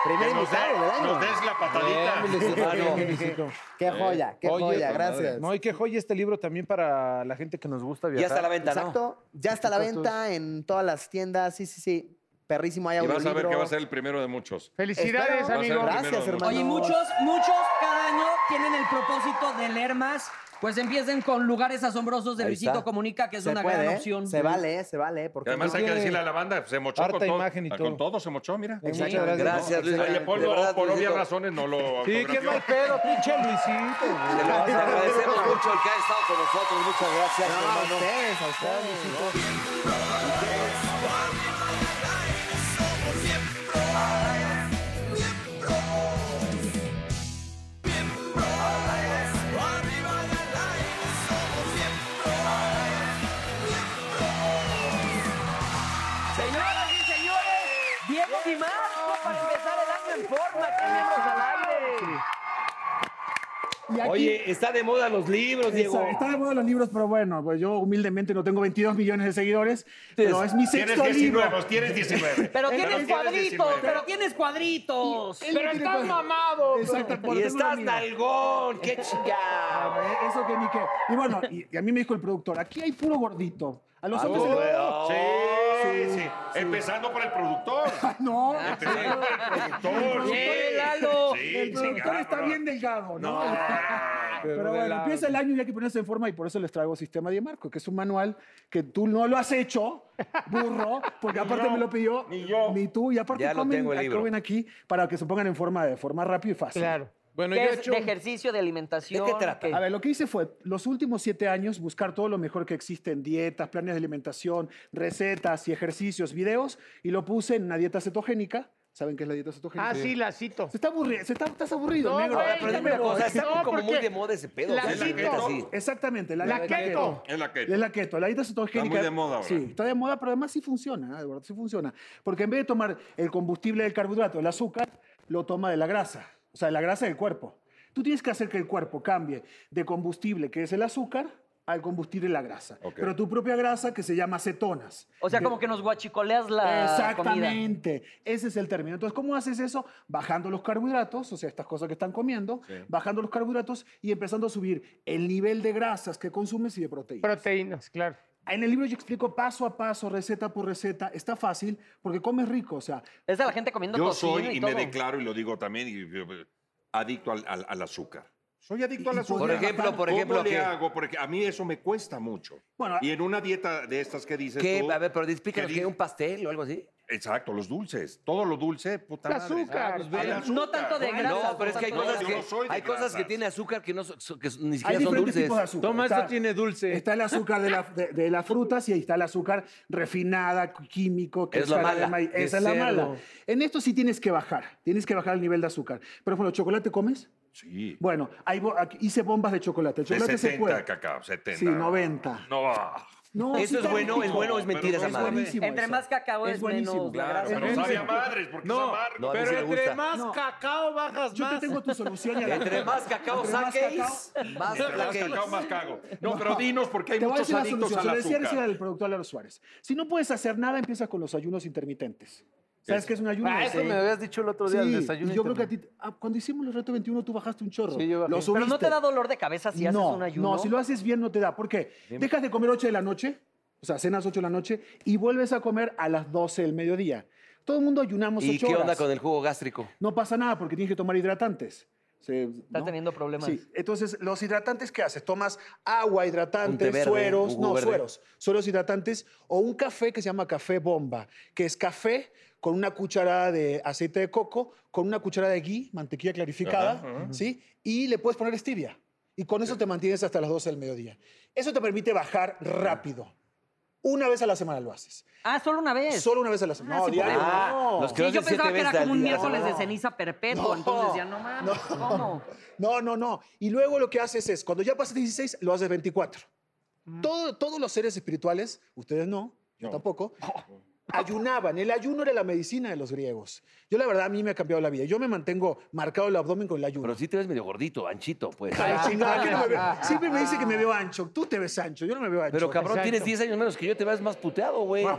Speaker 6: Primer
Speaker 2: que nos,
Speaker 6: invitado
Speaker 2: de-
Speaker 6: del año.
Speaker 2: nos des la patadita.
Speaker 3: Bien, mi Luisito, bien,
Speaker 2: Claro.
Speaker 3: mi Luisito.
Speaker 6: Qué joya, qué
Speaker 3: Oye, pues,
Speaker 6: joya, gracias.
Speaker 3: No, y qué joya este libro también para la gente que nos gusta viajar.
Speaker 6: Exacto, ya está a la
Speaker 3: Exacto.
Speaker 6: venta en todas las tiendas, sí, sí, sí. Perrísimo, hay
Speaker 2: Y vas a ver
Speaker 6: audiolibro.
Speaker 2: que va a ser el primero de muchos.
Speaker 5: Felicidades,
Speaker 2: Espero.
Speaker 5: amigo.
Speaker 2: Va a ser el primero
Speaker 6: Gracias,
Speaker 2: de
Speaker 6: hermano.
Speaker 4: Oye, muchos, muchos cada año tienen el propósito de leer más. Pues empiecen con Lugares Asombrosos de
Speaker 6: Ahí
Speaker 4: Luisito
Speaker 6: está.
Speaker 4: Comunica, que es
Speaker 6: Se
Speaker 4: una
Speaker 6: puede,
Speaker 4: gran
Speaker 6: ¿eh?
Speaker 4: opción.
Speaker 6: Se vale, se vale.
Speaker 2: Y
Speaker 6: Porque
Speaker 2: además hay que decirle a la banda, se mochó
Speaker 3: harta
Speaker 2: con todo.
Speaker 3: imagen y
Speaker 2: Ah,
Speaker 3: todo.
Speaker 2: Con todo se mochó, mira.
Speaker 3: Muchas gracias.
Speaker 1: Gracias, Luis.
Speaker 2: Oye, Paul,
Speaker 1: De
Speaker 2: no,
Speaker 1: verdad,
Speaker 2: por obvias
Speaker 1: Luisito.
Speaker 2: razones no lo
Speaker 3: Sí, qué
Speaker 2: autografió.
Speaker 3: mal pedo, pinche Luisito.
Speaker 1: Te lo agradecemos mucho el que ha estado con nosotros. Muchas gracias,
Speaker 6: a
Speaker 1: hermano.
Speaker 6: ustedes, a ustedes, chicos.
Speaker 4: Señoras y señores, Diego y más para empezar el año en forma. ¡Qué miembros al aire!
Speaker 11: Oye, está de moda los libros, Diego.
Speaker 12: Está de moda los libros, pero bueno, pues yo humildemente no tengo 22 millones de seguidores, pero es mi sexto
Speaker 13: Tienes
Speaker 12: libro.
Speaker 13: 19, tienes 19.
Speaker 4: Pero tienes cuadritos,
Speaker 13: 19.
Speaker 4: pero tienes cuadritos.
Speaker 12: Pero estás mamado.
Speaker 11: Y estás nalgón, qué chingado.
Speaker 12: Eh, Eso que ni qué. Y bueno, y, y a mí me dijo el productor, aquí hay puro gordito. A los
Speaker 13: Ah,
Speaker 12: hombres se
Speaker 13: no.
Speaker 12: les-
Speaker 11: Oh,
Speaker 13: Sí, sí, Empezando por el productor.
Speaker 12: No.
Speaker 13: Empezando por el productor.
Speaker 12: El productor-
Speaker 13: Sí, Sí,
Speaker 12: el productor
Speaker 13: chingado,
Speaker 12: está
Speaker 13: bro.
Speaker 12: bien delgado, ¿no?
Speaker 13: No.
Speaker 12: Pero bueno, empieza el año y hay que ponerse en forma y por eso les traigo Sistema de Marco, que es un manual que tú no lo has hecho, burro, porque aparte me lo pidió ni, tú y aparte
Speaker 1: Ya lo
Speaker 12: comen,
Speaker 1: tengo el libro.
Speaker 12: comen aquí para que se pongan en forma de forma rápida y fácil.
Speaker 4: Claro.
Speaker 3: Bueno,
Speaker 4: ¿Qué es de ejercicio, de alimentación? ¿Qué?
Speaker 12: A ver, lo que hice fue, los últimos siete años, buscar todo lo mejor que existe en dietas, planes de alimentación, recetas y ejercicios, videos, y lo puse en una dieta cetogénica, ¿Saben qué es la dieta cetogénica?
Speaker 5: Ah, sí, la cito.
Speaker 12: Se está aburrido, se está, estás aburrido,
Speaker 5: No,
Speaker 12: negro. eh,
Speaker 5: güey, Ahora, pero dime ya me una cosa, voy. está No, como porque muy de
Speaker 1: moda ese
Speaker 5: pedo, la o sea, la cito. neta, sí.
Speaker 12: Exactamente, la,
Speaker 5: La keto.
Speaker 12: Es la keto. Es la keto, la dieta cetogénica.
Speaker 13: Está muy de moda ahora.
Speaker 12: Sí, está de moda, pero además sí funciona, de verdad, sí funciona. Porque en vez de tomar el combustible del carbohidrato, el azúcar, lo toma de la grasa, o sea, de la grasa del cuerpo. Tú tienes que hacer que el cuerpo cambie de combustible, que es el azúcar, al combustible la grasa. Pero tu propia grasa, que se llama cetonas.
Speaker 7: O sea, como que nos guachicoleas la
Speaker 4: ah,
Speaker 7: comida.
Speaker 12: Exactamente. Ese es el término. Entonces, ¿cómo haces eso? Bajando los carbohidratos, o sea, estas cosas que están comiendo,
Speaker 5: Sí.
Speaker 12: bajando los carbohidratos y empezando a subir el nivel de grasas que consumes y de proteínas.
Speaker 5: Proteínas, claro.
Speaker 12: En el libro yo explico paso a paso, receta por receta. Está fácil porque comes rico, o sea.
Speaker 7: Es de la gente comiendo
Speaker 13: Yo soy, y, me declaro y lo digo también, y- y- adicto al, al- al azúcar. Soy adicto al azúcar.
Speaker 1: Por ejemplo, por ejemplo,
Speaker 13: ¿Cómo le
Speaker 1: ¿qué?
Speaker 13: hago? Porque a mí eso me cuesta mucho.
Speaker 1: Bueno,
Speaker 13: y en una dieta de estas que dices
Speaker 1: ¿Qué?
Speaker 13: tú...
Speaker 1: A ver, pero explícanos,
Speaker 13: que
Speaker 1: ¿qué?
Speaker 13: di-
Speaker 1: ¿Un pastel o algo así?
Speaker 13: Exacto, los dulces. Todo lo dulce, puta
Speaker 1: El
Speaker 13: madre.
Speaker 1: azúcar.
Speaker 13: Ah, pues, ve,
Speaker 1: El
Speaker 13: el
Speaker 1: azúcar.
Speaker 13: azúcar.
Speaker 1: No, pero es que hay
Speaker 13: No,
Speaker 1: cosas
Speaker 13: yo
Speaker 1: que,
Speaker 13: no soy de
Speaker 1: hay cosas que
Speaker 13: grasas.
Speaker 1: tienen azúcar que, no, so- que ni
Speaker 12: Hay
Speaker 1: siquiera son
Speaker 12: diferentes
Speaker 1: dulces.
Speaker 12: tipos de azúcar. Está-
Speaker 1: dulce.
Speaker 12: Está el azúcar de, la- de- de las frutas y ahí está el azúcar refinada, químico.
Speaker 1: Es la
Speaker 12: sabe
Speaker 1: mala,
Speaker 12: de maíz.
Speaker 1: de
Speaker 12: Esa es la
Speaker 1: cerdo.
Speaker 12: mala. En esto sí tienes que bajar. Tienes que bajar el nivel de azúcar. Pero bueno, ¿chocolate comes?
Speaker 13: Sí.
Speaker 12: Bueno, hay bo- aquí hice bombas de chocolate. El
Speaker 13: De
Speaker 12: chocolate se
Speaker 13: 70,
Speaker 12: puede.
Speaker 13: cacao, 70.
Speaker 12: Sí, 90.
Speaker 13: No.
Speaker 12: No, sí está rico.
Speaker 13: Pero no es buenísimo.
Speaker 7: Entre
Speaker 12: eso.
Speaker 7: más cacao es,
Speaker 12: Es buenísimo,
Speaker 7: menos la
Speaker 12: claro,
Speaker 7: grasa.
Speaker 12: pero Es sabe a buenísimo.
Speaker 13: madres, porque
Speaker 3: No,
Speaker 13: es amargo.
Speaker 3: no, a mí
Speaker 7: pero
Speaker 3: sí me
Speaker 7: entre
Speaker 3: gusta.
Speaker 7: más
Speaker 3: No.
Speaker 7: cacao bajas
Speaker 12: Yo
Speaker 7: más.
Speaker 12: te tengo tu solución. y a la-
Speaker 1: Entre más cacao
Speaker 12: Entre más
Speaker 1: saques,
Speaker 12: cacao-
Speaker 1: más
Speaker 13: Entre más
Speaker 1: plaquéis.
Speaker 13: cacao, más cago. No, pero dinos, porque hay
Speaker 12: Te voy a
Speaker 13: muchos
Speaker 12: decir la
Speaker 13: adictos
Speaker 12: solución.
Speaker 13: al
Speaker 12: Se lo decía
Speaker 13: azúcar.
Speaker 12: recién al productor Lalo Suárez. Si no puedes hacer nada, empiezas con los ayunos intermitentes. ¿Sabes qué es un ayuno?
Speaker 8: Ah, eso me habías dicho el otro día, el
Speaker 12: Sí,
Speaker 8: desayuno
Speaker 12: y Yo creo que a ti, ah, cuando hicimos el reto 21, tú bajaste un chorro.
Speaker 8: Sí, yo bajé.
Speaker 12: Lo
Speaker 8: Pero
Speaker 7: Pero no
Speaker 12: subiste.
Speaker 7: te da dolor de cabeza si haces
Speaker 12: no,
Speaker 7: un ayuno.
Speaker 12: No, si lo haces bien no te da. ¿Por qué? Dejas de comer 8 de la noche, o sea, cenas 8 de la noche, y vuelves a comer a las 12 del mediodía. Todo el mundo ayunamos
Speaker 1: ¿Y
Speaker 12: 8
Speaker 1: qué
Speaker 12: horas.
Speaker 1: onda con el jugo gástrico?
Speaker 12: No pasa nada porque tienes que tomar hidratantes.
Speaker 7: Estás teniendo problemas.
Speaker 12: Sí, entonces los hidratantes, ¿qué haces? Tomas
Speaker 1: Un
Speaker 12: agua,
Speaker 1: té
Speaker 12: hidratantes,
Speaker 1: verde,
Speaker 12: sueros,
Speaker 1: jugo
Speaker 12: no,
Speaker 1: verde.
Speaker 12: sueros, sueros hidratantes o un café que se llama café bomba, que es café con una cucharada de aceite de coco, con una cucharada de ghee, mantequilla clarificada,
Speaker 13: Ajá, ajá.
Speaker 12: ¿sí? Y le puedes poner stevia. Y con eso te mantienes hasta las 12 del mediodía. Eso te permite bajar rápido. Una vez a la semana lo haces.
Speaker 7: Ah, solo una vez.
Speaker 12: Solo una vez a la semana.
Speaker 7: Ah,
Speaker 12: no,
Speaker 7: sí,
Speaker 12: diario.
Speaker 7: porque-
Speaker 12: no.
Speaker 1: los
Speaker 7: Sí, yo pensaba que era como un miércoles de
Speaker 12: No.
Speaker 7: ceniza perpetuo, entonces ya no mames, ¿cómo?
Speaker 12: No, no, no. Y luego lo que haces es, cuando ya pasas 16, lo haces 24.
Speaker 7: Mm.
Speaker 12: Todo- todos los seres espirituales, ustedes no, yo tampoco, ayunaban. El ayuno era la medicina de los griegos. Yo, la verdad, a mí me ha cambiado la vida. Yo me mantengo marcado el abdomen con el ayuno.
Speaker 1: Pero sí te ves medio gordito, anchito, pues.
Speaker 12: Ay, chingada, ¿qué no me veo? Siempre me dice que me veo ancho. Tú te ves ancho, yo no me veo ancho.
Speaker 1: Pero cabrón, tienes 10 años menos que yo, te ves más puteado, güey.
Speaker 12: Lalo,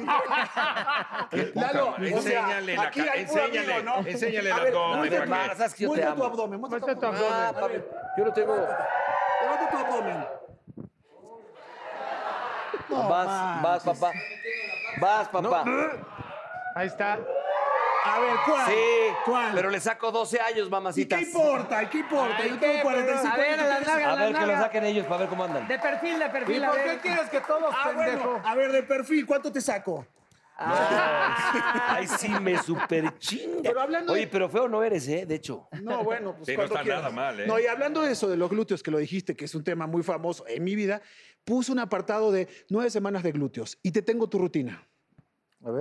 Speaker 12: o sea,
Speaker 13: Enséñale la
Speaker 12: aquí
Speaker 13: ca-
Speaker 12: hay puro
Speaker 13: enséñale,
Speaker 12: amigo, ¿no?
Speaker 13: enséñale el
Speaker 12: A ver,
Speaker 13: abdomen,
Speaker 12: muestra
Speaker 13: ¿para
Speaker 12: tu-
Speaker 13: qué?
Speaker 1: Sabes que yo te
Speaker 12: Muestra tu
Speaker 1: amo. Ah,
Speaker 12: abdomen,
Speaker 5: Pues
Speaker 12: muestra
Speaker 1: Muestra
Speaker 12: tu
Speaker 1: tu
Speaker 12: abdomen.
Speaker 1: abdomen.
Speaker 12: A ver,
Speaker 1: Yo no tengo.
Speaker 12: Levanta tu abdomen. No
Speaker 1: vas, vas, papá. Vas, papá.
Speaker 5: Ahí está.
Speaker 12: A ver, ¿cuál?
Speaker 1: Sí.
Speaker 12: ¿Cuál?
Speaker 1: Pero le saco 12 años, mamacita.
Speaker 12: ¿Qué importa? ¿Qué importa?
Speaker 5: Ay,
Speaker 12: yo
Speaker 5: qué,
Speaker 12: tengo
Speaker 5: pero-
Speaker 12: 45
Speaker 5: a ver, a la
Speaker 12: años.
Speaker 5: larga,
Speaker 1: A
Speaker 5: a la
Speaker 1: ver, que lo
Speaker 5: nalga.
Speaker 1: saquen ellos para ver cómo andan.
Speaker 7: De perfil, de
Speaker 12: ¿Y
Speaker 7: perfil. a
Speaker 12: por qué
Speaker 7: ver.
Speaker 12: quieres que todos, ah, bueno, a ver, de perfil, ¿cuánto te saco?
Speaker 1: Ay, sí, me super chinga.
Speaker 12: Pero hablando
Speaker 1: Oye,
Speaker 12: de-
Speaker 1: pero feo no eres, ¿eh? De hecho.
Speaker 12: No, bueno, pues
Speaker 13: Sí, no
Speaker 12: cuando
Speaker 13: está
Speaker 12: quieras.
Speaker 13: nada mal, ¿eh?
Speaker 12: No, y hablando de eso, de los glúteos, que lo dijiste, que es un tema muy famoso en mi vida, puse un apartado de nueve semanas de glúteos y te tengo tu rutina.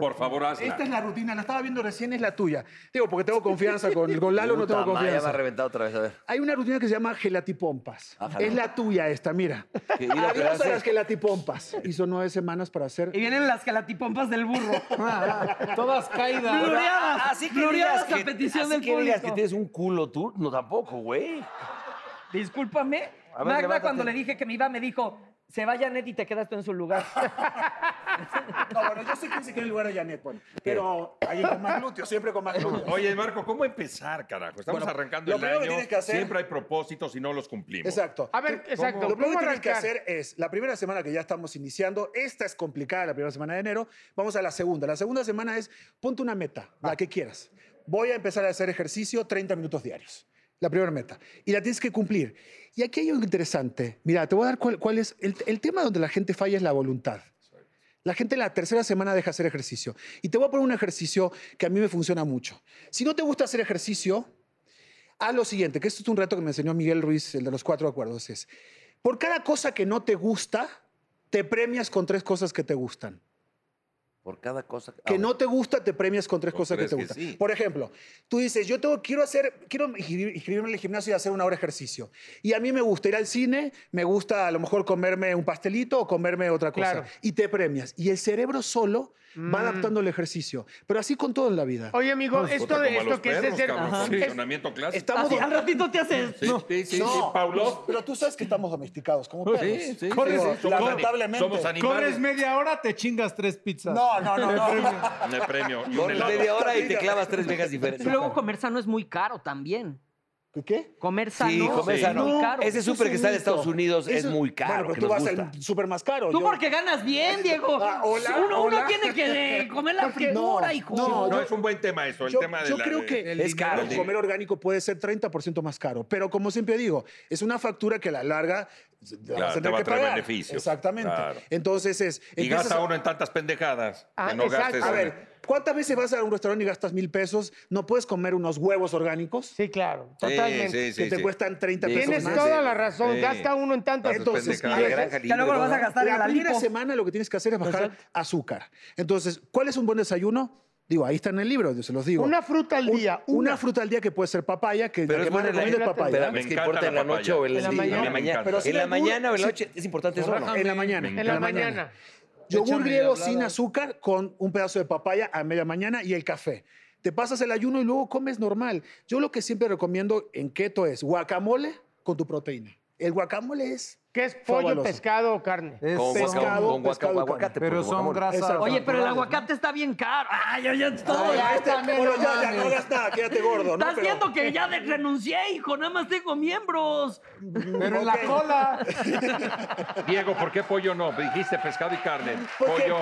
Speaker 13: Por favor, hazla.
Speaker 12: Esta Este es la rutina, la estaba viendo recién, es la tuya. Digo, porque tengo confianza con, con Lalo, no
Speaker 1: Puta
Speaker 12: tengo
Speaker 1: madre, Ya me ha
Speaker 12: confianza.
Speaker 1: reventado otra vez, a ver.
Speaker 12: Hay una rutina que se llama gelatipompas.
Speaker 13: Ah,
Speaker 1: Ajá.
Speaker 12: Es la tuya esta, mira.
Speaker 1: Que ir a
Speaker 12: Adiós a
Speaker 1: operarse.
Speaker 12: las gelatipompas. Y son nueve semanas para hacer...
Speaker 7: Y vienen las gelatipompas del burro.
Speaker 8: Todas caídas.
Speaker 7: Gloriadas,
Speaker 1: Así que
Speaker 7: gloriadas
Speaker 1: digas que,
Speaker 7: a petición
Speaker 1: así
Speaker 7: del
Speaker 1: que digas que
Speaker 7: público.
Speaker 1: tienes un culo tú, no tampoco, güey.
Speaker 7: Discúlpame.
Speaker 1: A ver,
Speaker 7: Magda,
Speaker 1: levántate.
Speaker 7: cuando le dije que me iba, me dijo, se va Janet y te quedas tú en su lugar.
Speaker 12: No, bueno, yo sé quién se queda en el lugar de Janet, bueno. Pero alguien con más glúteos, siempre con más glúteos.
Speaker 13: Oye, Marco, ¿cómo empezar, carajo? Estamos
Speaker 12: Bueno,
Speaker 13: arrancando
Speaker 12: lo
Speaker 13: el
Speaker 12: primero que
Speaker 13: año.
Speaker 12: tienes que hacer-
Speaker 13: Siempre hay propósitos y no los cumplimos.
Speaker 12: Exacto.
Speaker 5: A ver, exacto,
Speaker 12: Lo primero
Speaker 5: ¿cómo
Speaker 12: que tienes que
Speaker 5: arrancar?
Speaker 12: hacer es, la primera semana que ya estamos iniciando, esta es complicada, la primera semana de enero, vamos a la segunda. La segunda semana es, ponte una meta, la que quieras. Voy a empezar a hacer ejercicio 30 minutos diarios. La primera meta. Y la tienes que cumplir. Y aquí hay algo interesante. Mira, te voy a dar cuál, cuál es. El, el tema donde la gente falla es la voluntad. La gente la tercera semana deja hacer ejercicio. Y te voy a poner un ejercicio que a mí me funciona mucho. Si no te gusta hacer ejercicio, haz lo siguiente, que esto es un reto que me enseñó Miguel Ruiz, el de los cuatro acuerdos, es,
Speaker 1: Ah,
Speaker 12: por cada cosa que no te gusta, te premias con tres cosas que te gustan.
Speaker 1: Por cada cosa.
Speaker 12: que no te gusta, te premias con tres
Speaker 1: ¿O
Speaker 12: cosas que
Speaker 1: crees
Speaker 12: te
Speaker 1: que
Speaker 12: gustan.
Speaker 1: sí?
Speaker 12: Por ejemplo, tú dices, yo tengo, quiero hacer, quiero inscribir- inscribirme en el gimnasio y hacer una hora de ejercicio. Y a mí me gusta ir al cine, me gusta a lo mejor comerme un pastelito o comerme otra cosa.
Speaker 5: Claro.
Speaker 12: Y te premias. Y el cerebro solo va adaptando el ejercicio. Pero así con todo en la vida.
Speaker 5: Oye, amigo,
Speaker 12: Vamos,
Speaker 5: esto
Speaker 12: puta,
Speaker 5: de
Speaker 12: como a los
Speaker 5: esto que es de
Speaker 12: perros,
Speaker 5: ser.
Speaker 12: cabrón,
Speaker 5: Ajá.
Speaker 12: con
Speaker 5: Es-
Speaker 13: Entrenamiento clásico.
Speaker 12: Estamos
Speaker 5: Así, al
Speaker 12: ratito te haces.
Speaker 13: Sí, sí,
Speaker 12: este
Speaker 13: sí, sí, Paulo.
Speaker 12: Pero tú sabes que estamos domesticados como perros.
Speaker 8: Sí, sí,
Speaker 12: Corres-
Speaker 8: sí, sí. Somos-
Speaker 12: lamentablemente.
Speaker 8: Corres media hora, te chingas tres pizzas.
Speaker 12: No, no, no,
Speaker 8: Te
Speaker 12: no.
Speaker 8: premio.
Speaker 13: Me premio. y un
Speaker 1: Corres
Speaker 13: helado.
Speaker 1: media hora y te clavas tres vegas diferentes.
Speaker 10: Y luego comer sano es muy caro también.
Speaker 12: ¿Qué?
Speaker 10: Comer sano,
Speaker 1: Sí, comer
Speaker 10: es
Speaker 1: sano.
Speaker 10: muy caro.
Speaker 1: Ese
Speaker 10: Eso
Speaker 1: súper
Speaker 10: es
Speaker 1: que
Speaker 10: un
Speaker 1: está en
Speaker 10: mito.
Speaker 1: Estados Unidos es
Speaker 10: Eso-
Speaker 1: muy
Speaker 12: Bueno,
Speaker 1: caro.
Speaker 12: pero
Speaker 1: que
Speaker 12: tú
Speaker 1: nos
Speaker 12: vas
Speaker 1: gusta.
Speaker 12: al súper más caro.
Speaker 10: Tú
Speaker 12: yo-
Speaker 10: porque ganas bien, Diego.
Speaker 12: Ah, hola,
Speaker 10: uno, uno
Speaker 12: hola.
Speaker 10: tiene que eh, comer la
Speaker 12: Porque-
Speaker 10: figura,
Speaker 12: no,
Speaker 10: hijo.
Speaker 13: No,
Speaker 12: No, yo-
Speaker 13: es un buen tema eso. El
Speaker 12: yo,
Speaker 13: tema de
Speaker 12: yo
Speaker 13: la-
Speaker 12: creo que
Speaker 13: el dinero.
Speaker 12: el comer orgánico puede ser 30% más caro, pero como siempre digo, es una factura que a la larga se-
Speaker 13: Claro,
Speaker 12: vas a
Speaker 13: te
Speaker 12: tener
Speaker 13: va a
Speaker 12: que
Speaker 13: traer
Speaker 12: pagar.
Speaker 13: beneficios.
Speaker 12: Exactamente.
Speaker 13: Claro.
Speaker 12: Entonces es
Speaker 13: Y
Speaker 12: empiezas
Speaker 13: gasta
Speaker 12: a-
Speaker 13: uno en tantas pendejadas.
Speaker 12: Ah,
Speaker 13: que no
Speaker 12: exacto.
Speaker 13: gastes
Speaker 12: a
Speaker 13: en-
Speaker 12: ver, ¿cuántas veces vas a un restaurante y gastas mil pesos? ¿No puedes comer unos huevos orgánicos? Sí, claro.
Speaker 13: Sí, Totalmente. sí, sí,
Speaker 12: que te
Speaker 13: sí.
Speaker 12: cuestan 30
Speaker 13: Sí,
Speaker 12: pesos.
Speaker 13: Tienes
Speaker 12: más.
Speaker 13: toda la razón, Sí. gasta
Speaker 5: uno en tantas
Speaker 12: Entonces,
Speaker 13: pendejadas. De granja libre, Ya luego lo vas a
Speaker 5: gastar en
Speaker 12: la
Speaker 5: la
Speaker 12: primera
Speaker 5: lipo.
Speaker 12: semana lo que tienes que hacer es bajar azúcar. Entonces, ¿cuál es un buen desayuno? Digo, ahí está en el libro, yo se los digo.
Speaker 5: Una fruta al día.
Speaker 12: una, fruta al día que puede ser papaya, que
Speaker 1: Pero
Speaker 12: la
Speaker 1: es
Speaker 12: que más
Speaker 1: buena en la
Speaker 12: recomiendo es
Speaker 1: espérate,
Speaker 12: papaya.
Speaker 1: espérame, es que importa en la noche o en la, en la mañana.
Speaker 12: Pero sí
Speaker 1: en la
Speaker 12: algún-
Speaker 1: mañana o en la
Speaker 12: sí.
Speaker 1: noche es importante eso. o no?
Speaker 12: En la mañana.
Speaker 1: Me
Speaker 12: En la
Speaker 1: encanta.
Speaker 12: mañana. Yogur
Speaker 1: Échame
Speaker 12: griego
Speaker 1: la
Speaker 12: sin
Speaker 1: blada.
Speaker 12: azúcar con un pedazo de papaya a media mañana y el café. Te pasas el ayuno y luego comes normal. Yo lo que siempre recomiendo en keto es guacamole con tu proteína. El guacamole es...
Speaker 5: ¿Qué es pollo,
Speaker 12: Fabuloso.
Speaker 5: pescado o carne?
Speaker 3: Este,
Speaker 12: Es Con pescado, guacamole, con pescado, guacamole. aguacate, Pero pues, son guacamole. grasas
Speaker 10: Oye, pero el
Speaker 12: naturales,
Speaker 10: aguacate está bien caro. Ay, ya, ya, todo.
Speaker 12: Ay, ya, este- bueno, ya, ya, no hagas nada, quédate gordo, ¿no?
Speaker 10: Estás
Speaker 12: Pero-
Speaker 10: viendo que ya de- renuncié, hijo, nada más tengo miembros.
Speaker 8: Pero en la cola.
Speaker 13: Diego, ¿por qué pollo no? Dijiste pescado y carne.
Speaker 12: Porque
Speaker 13: Pollo.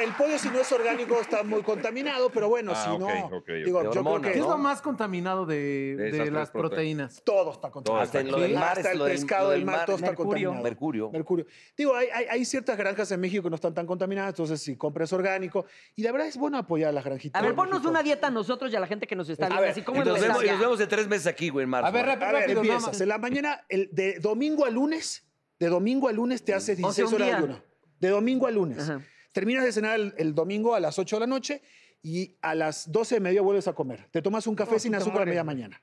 Speaker 12: El pollo, si no es orgánico, está muy contaminado, pero bueno,
Speaker 13: Ah,
Speaker 12: si no.
Speaker 13: ok, ok, ok.
Speaker 12: Digo,
Speaker 13: De
Speaker 12: yo creo
Speaker 13: hormonas,
Speaker 12: que.
Speaker 8: ¿Qué es lo más contaminado de,
Speaker 13: De
Speaker 8: de
Speaker 13: esas
Speaker 8: las
Speaker 13: tres prote-
Speaker 8: proteínas?
Speaker 12: Todo está contaminado.
Speaker 1: Hasta en lo del mar,
Speaker 12: Hasta
Speaker 1: es
Speaker 12: el
Speaker 1: lo del-
Speaker 12: pescado
Speaker 1: lo
Speaker 12: del
Speaker 1: del
Speaker 12: mar,
Speaker 1: mar,
Speaker 12: todo está
Speaker 1: mercurio.
Speaker 12: contaminado.
Speaker 1: Mercurio.
Speaker 12: Mercurio. Digo, hay, hay- hay ciertas granjas en México que no están tan contaminadas, entonces si compras orgánico. Y la verdad es bueno apoyar a las granjitas.
Speaker 10: A ver,
Speaker 12: de
Speaker 10: ponnos
Speaker 12: México.
Speaker 10: una dieta a nosotros y a la gente que nos está viendo. Así como
Speaker 1: Y nos, vemos, y nos vemos en tres meses aquí, güey, en marzo.
Speaker 12: A ver, empiezas. En la mañana, el, de domingo a lunes, de domingo a lunes te haces
Speaker 1: O sea,
Speaker 12: 16
Speaker 1: un
Speaker 12: horas de
Speaker 1: día.
Speaker 12: ayuno. De domingo a lunes. Terminas de cenar el, el domingo a las 8 de la noche y a las 12 de media vuelves a comer. Te tomas un café sin
Speaker 1: Oh, puta
Speaker 12: azúcar a
Speaker 1: madre.
Speaker 12: media mañana.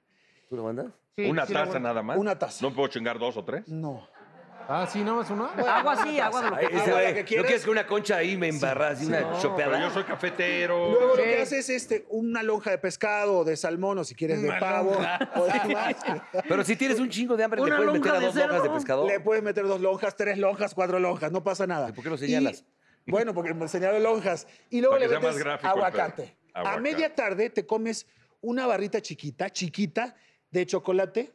Speaker 1: ¿Tú lo mandas?
Speaker 13: una taza nada más.
Speaker 12: Una taza.
Speaker 13: ¿No puedo chingar dos o tres?
Speaker 12: No.
Speaker 8: Ah, sí, nada más una.
Speaker 10: Agua sí, agua de lo que
Speaker 1: Ay, ese,
Speaker 10: quieras.
Speaker 1: güey,
Speaker 12: que
Speaker 1: ¿No
Speaker 12: quieras.
Speaker 1: quieres que una concha ahí me embarra así una chopeada?
Speaker 13: Pero yo soy cafetero.
Speaker 12: Luego lo que haces es este, una lonja de pescado o de salmón o si quieres de
Speaker 13: Una
Speaker 12: pavo.
Speaker 13: lonja.
Speaker 12: O de más.
Speaker 1: Pero si tienes un chingo de hambre, ¿le puedes meter a dos lonjas de pescado?
Speaker 12: Le puedes meter dos lonjas, tres lonjas, cuatro lonjas, no pasa nada. ¿Por
Speaker 1: qué lo señalas?
Speaker 12: bueno, porque me señalo lonjas. Y luego
Speaker 13: Para
Speaker 12: le
Speaker 13: que sea más
Speaker 12: metes
Speaker 13: gráfico el
Speaker 12: aguacate.
Speaker 13: pedo.
Speaker 12: A
Speaker 13: Aguacate.
Speaker 12: media tarde te comes una barrita chiquita, chiquita, de chocolate,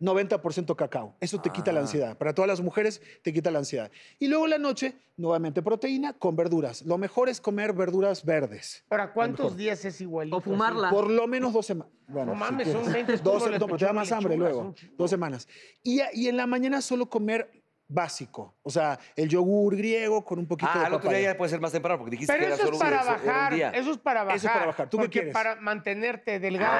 Speaker 12: 90% cacao. Eso te
Speaker 13: Ah.
Speaker 12: quita la ansiedad. Para todas las mujeres te quita la ansiedad. Y luego en la noche, nuevamente proteína con verduras. Lo mejor es comer verduras verdes.
Speaker 5: Ahora,
Speaker 12: Lo
Speaker 5: ¿cuántos
Speaker 12: mejor.
Speaker 5: días es igualito?
Speaker 10: O fumarla.
Speaker 12: Por lo menos dos semanas.
Speaker 5: Ah. No mames, son 20
Speaker 12: Dos,
Speaker 5: escúmulos de
Speaker 12: no, pero te da
Speaker 5: pechuga
Speaker 12: más
Speaker 5: y
Speaker 12: hambre
Speaker 5: lechuga,
Speaker 12: luego.
Speaker 5: son chingones.
Speaker 12: Dos semanas. Y, a- y en la mañana solo comer básico. O sea, el yogur griego con un poquito de
Speaker 1: Ah, al otro día
Speaker 12: papaya.
Speaker 1: ya puede ser más temprano porque dijiste que
Speaker 5: Pero
Speaker 1: era
Speaker 5: eso
Speaker 1: solo
Speaker 5: es
Speaker 1: un-
Speaker 5: para
Speaker 1: era un
Speaker 5: bajar.
Speaker 1: día.
Speaker 5: Eso es para bajar.
Speaker 12: Eso es para bajar. ¿Tú qué
Speaker 5: porque
Speaker 12: quieres?
Speaker 5: para mantenerte delgado.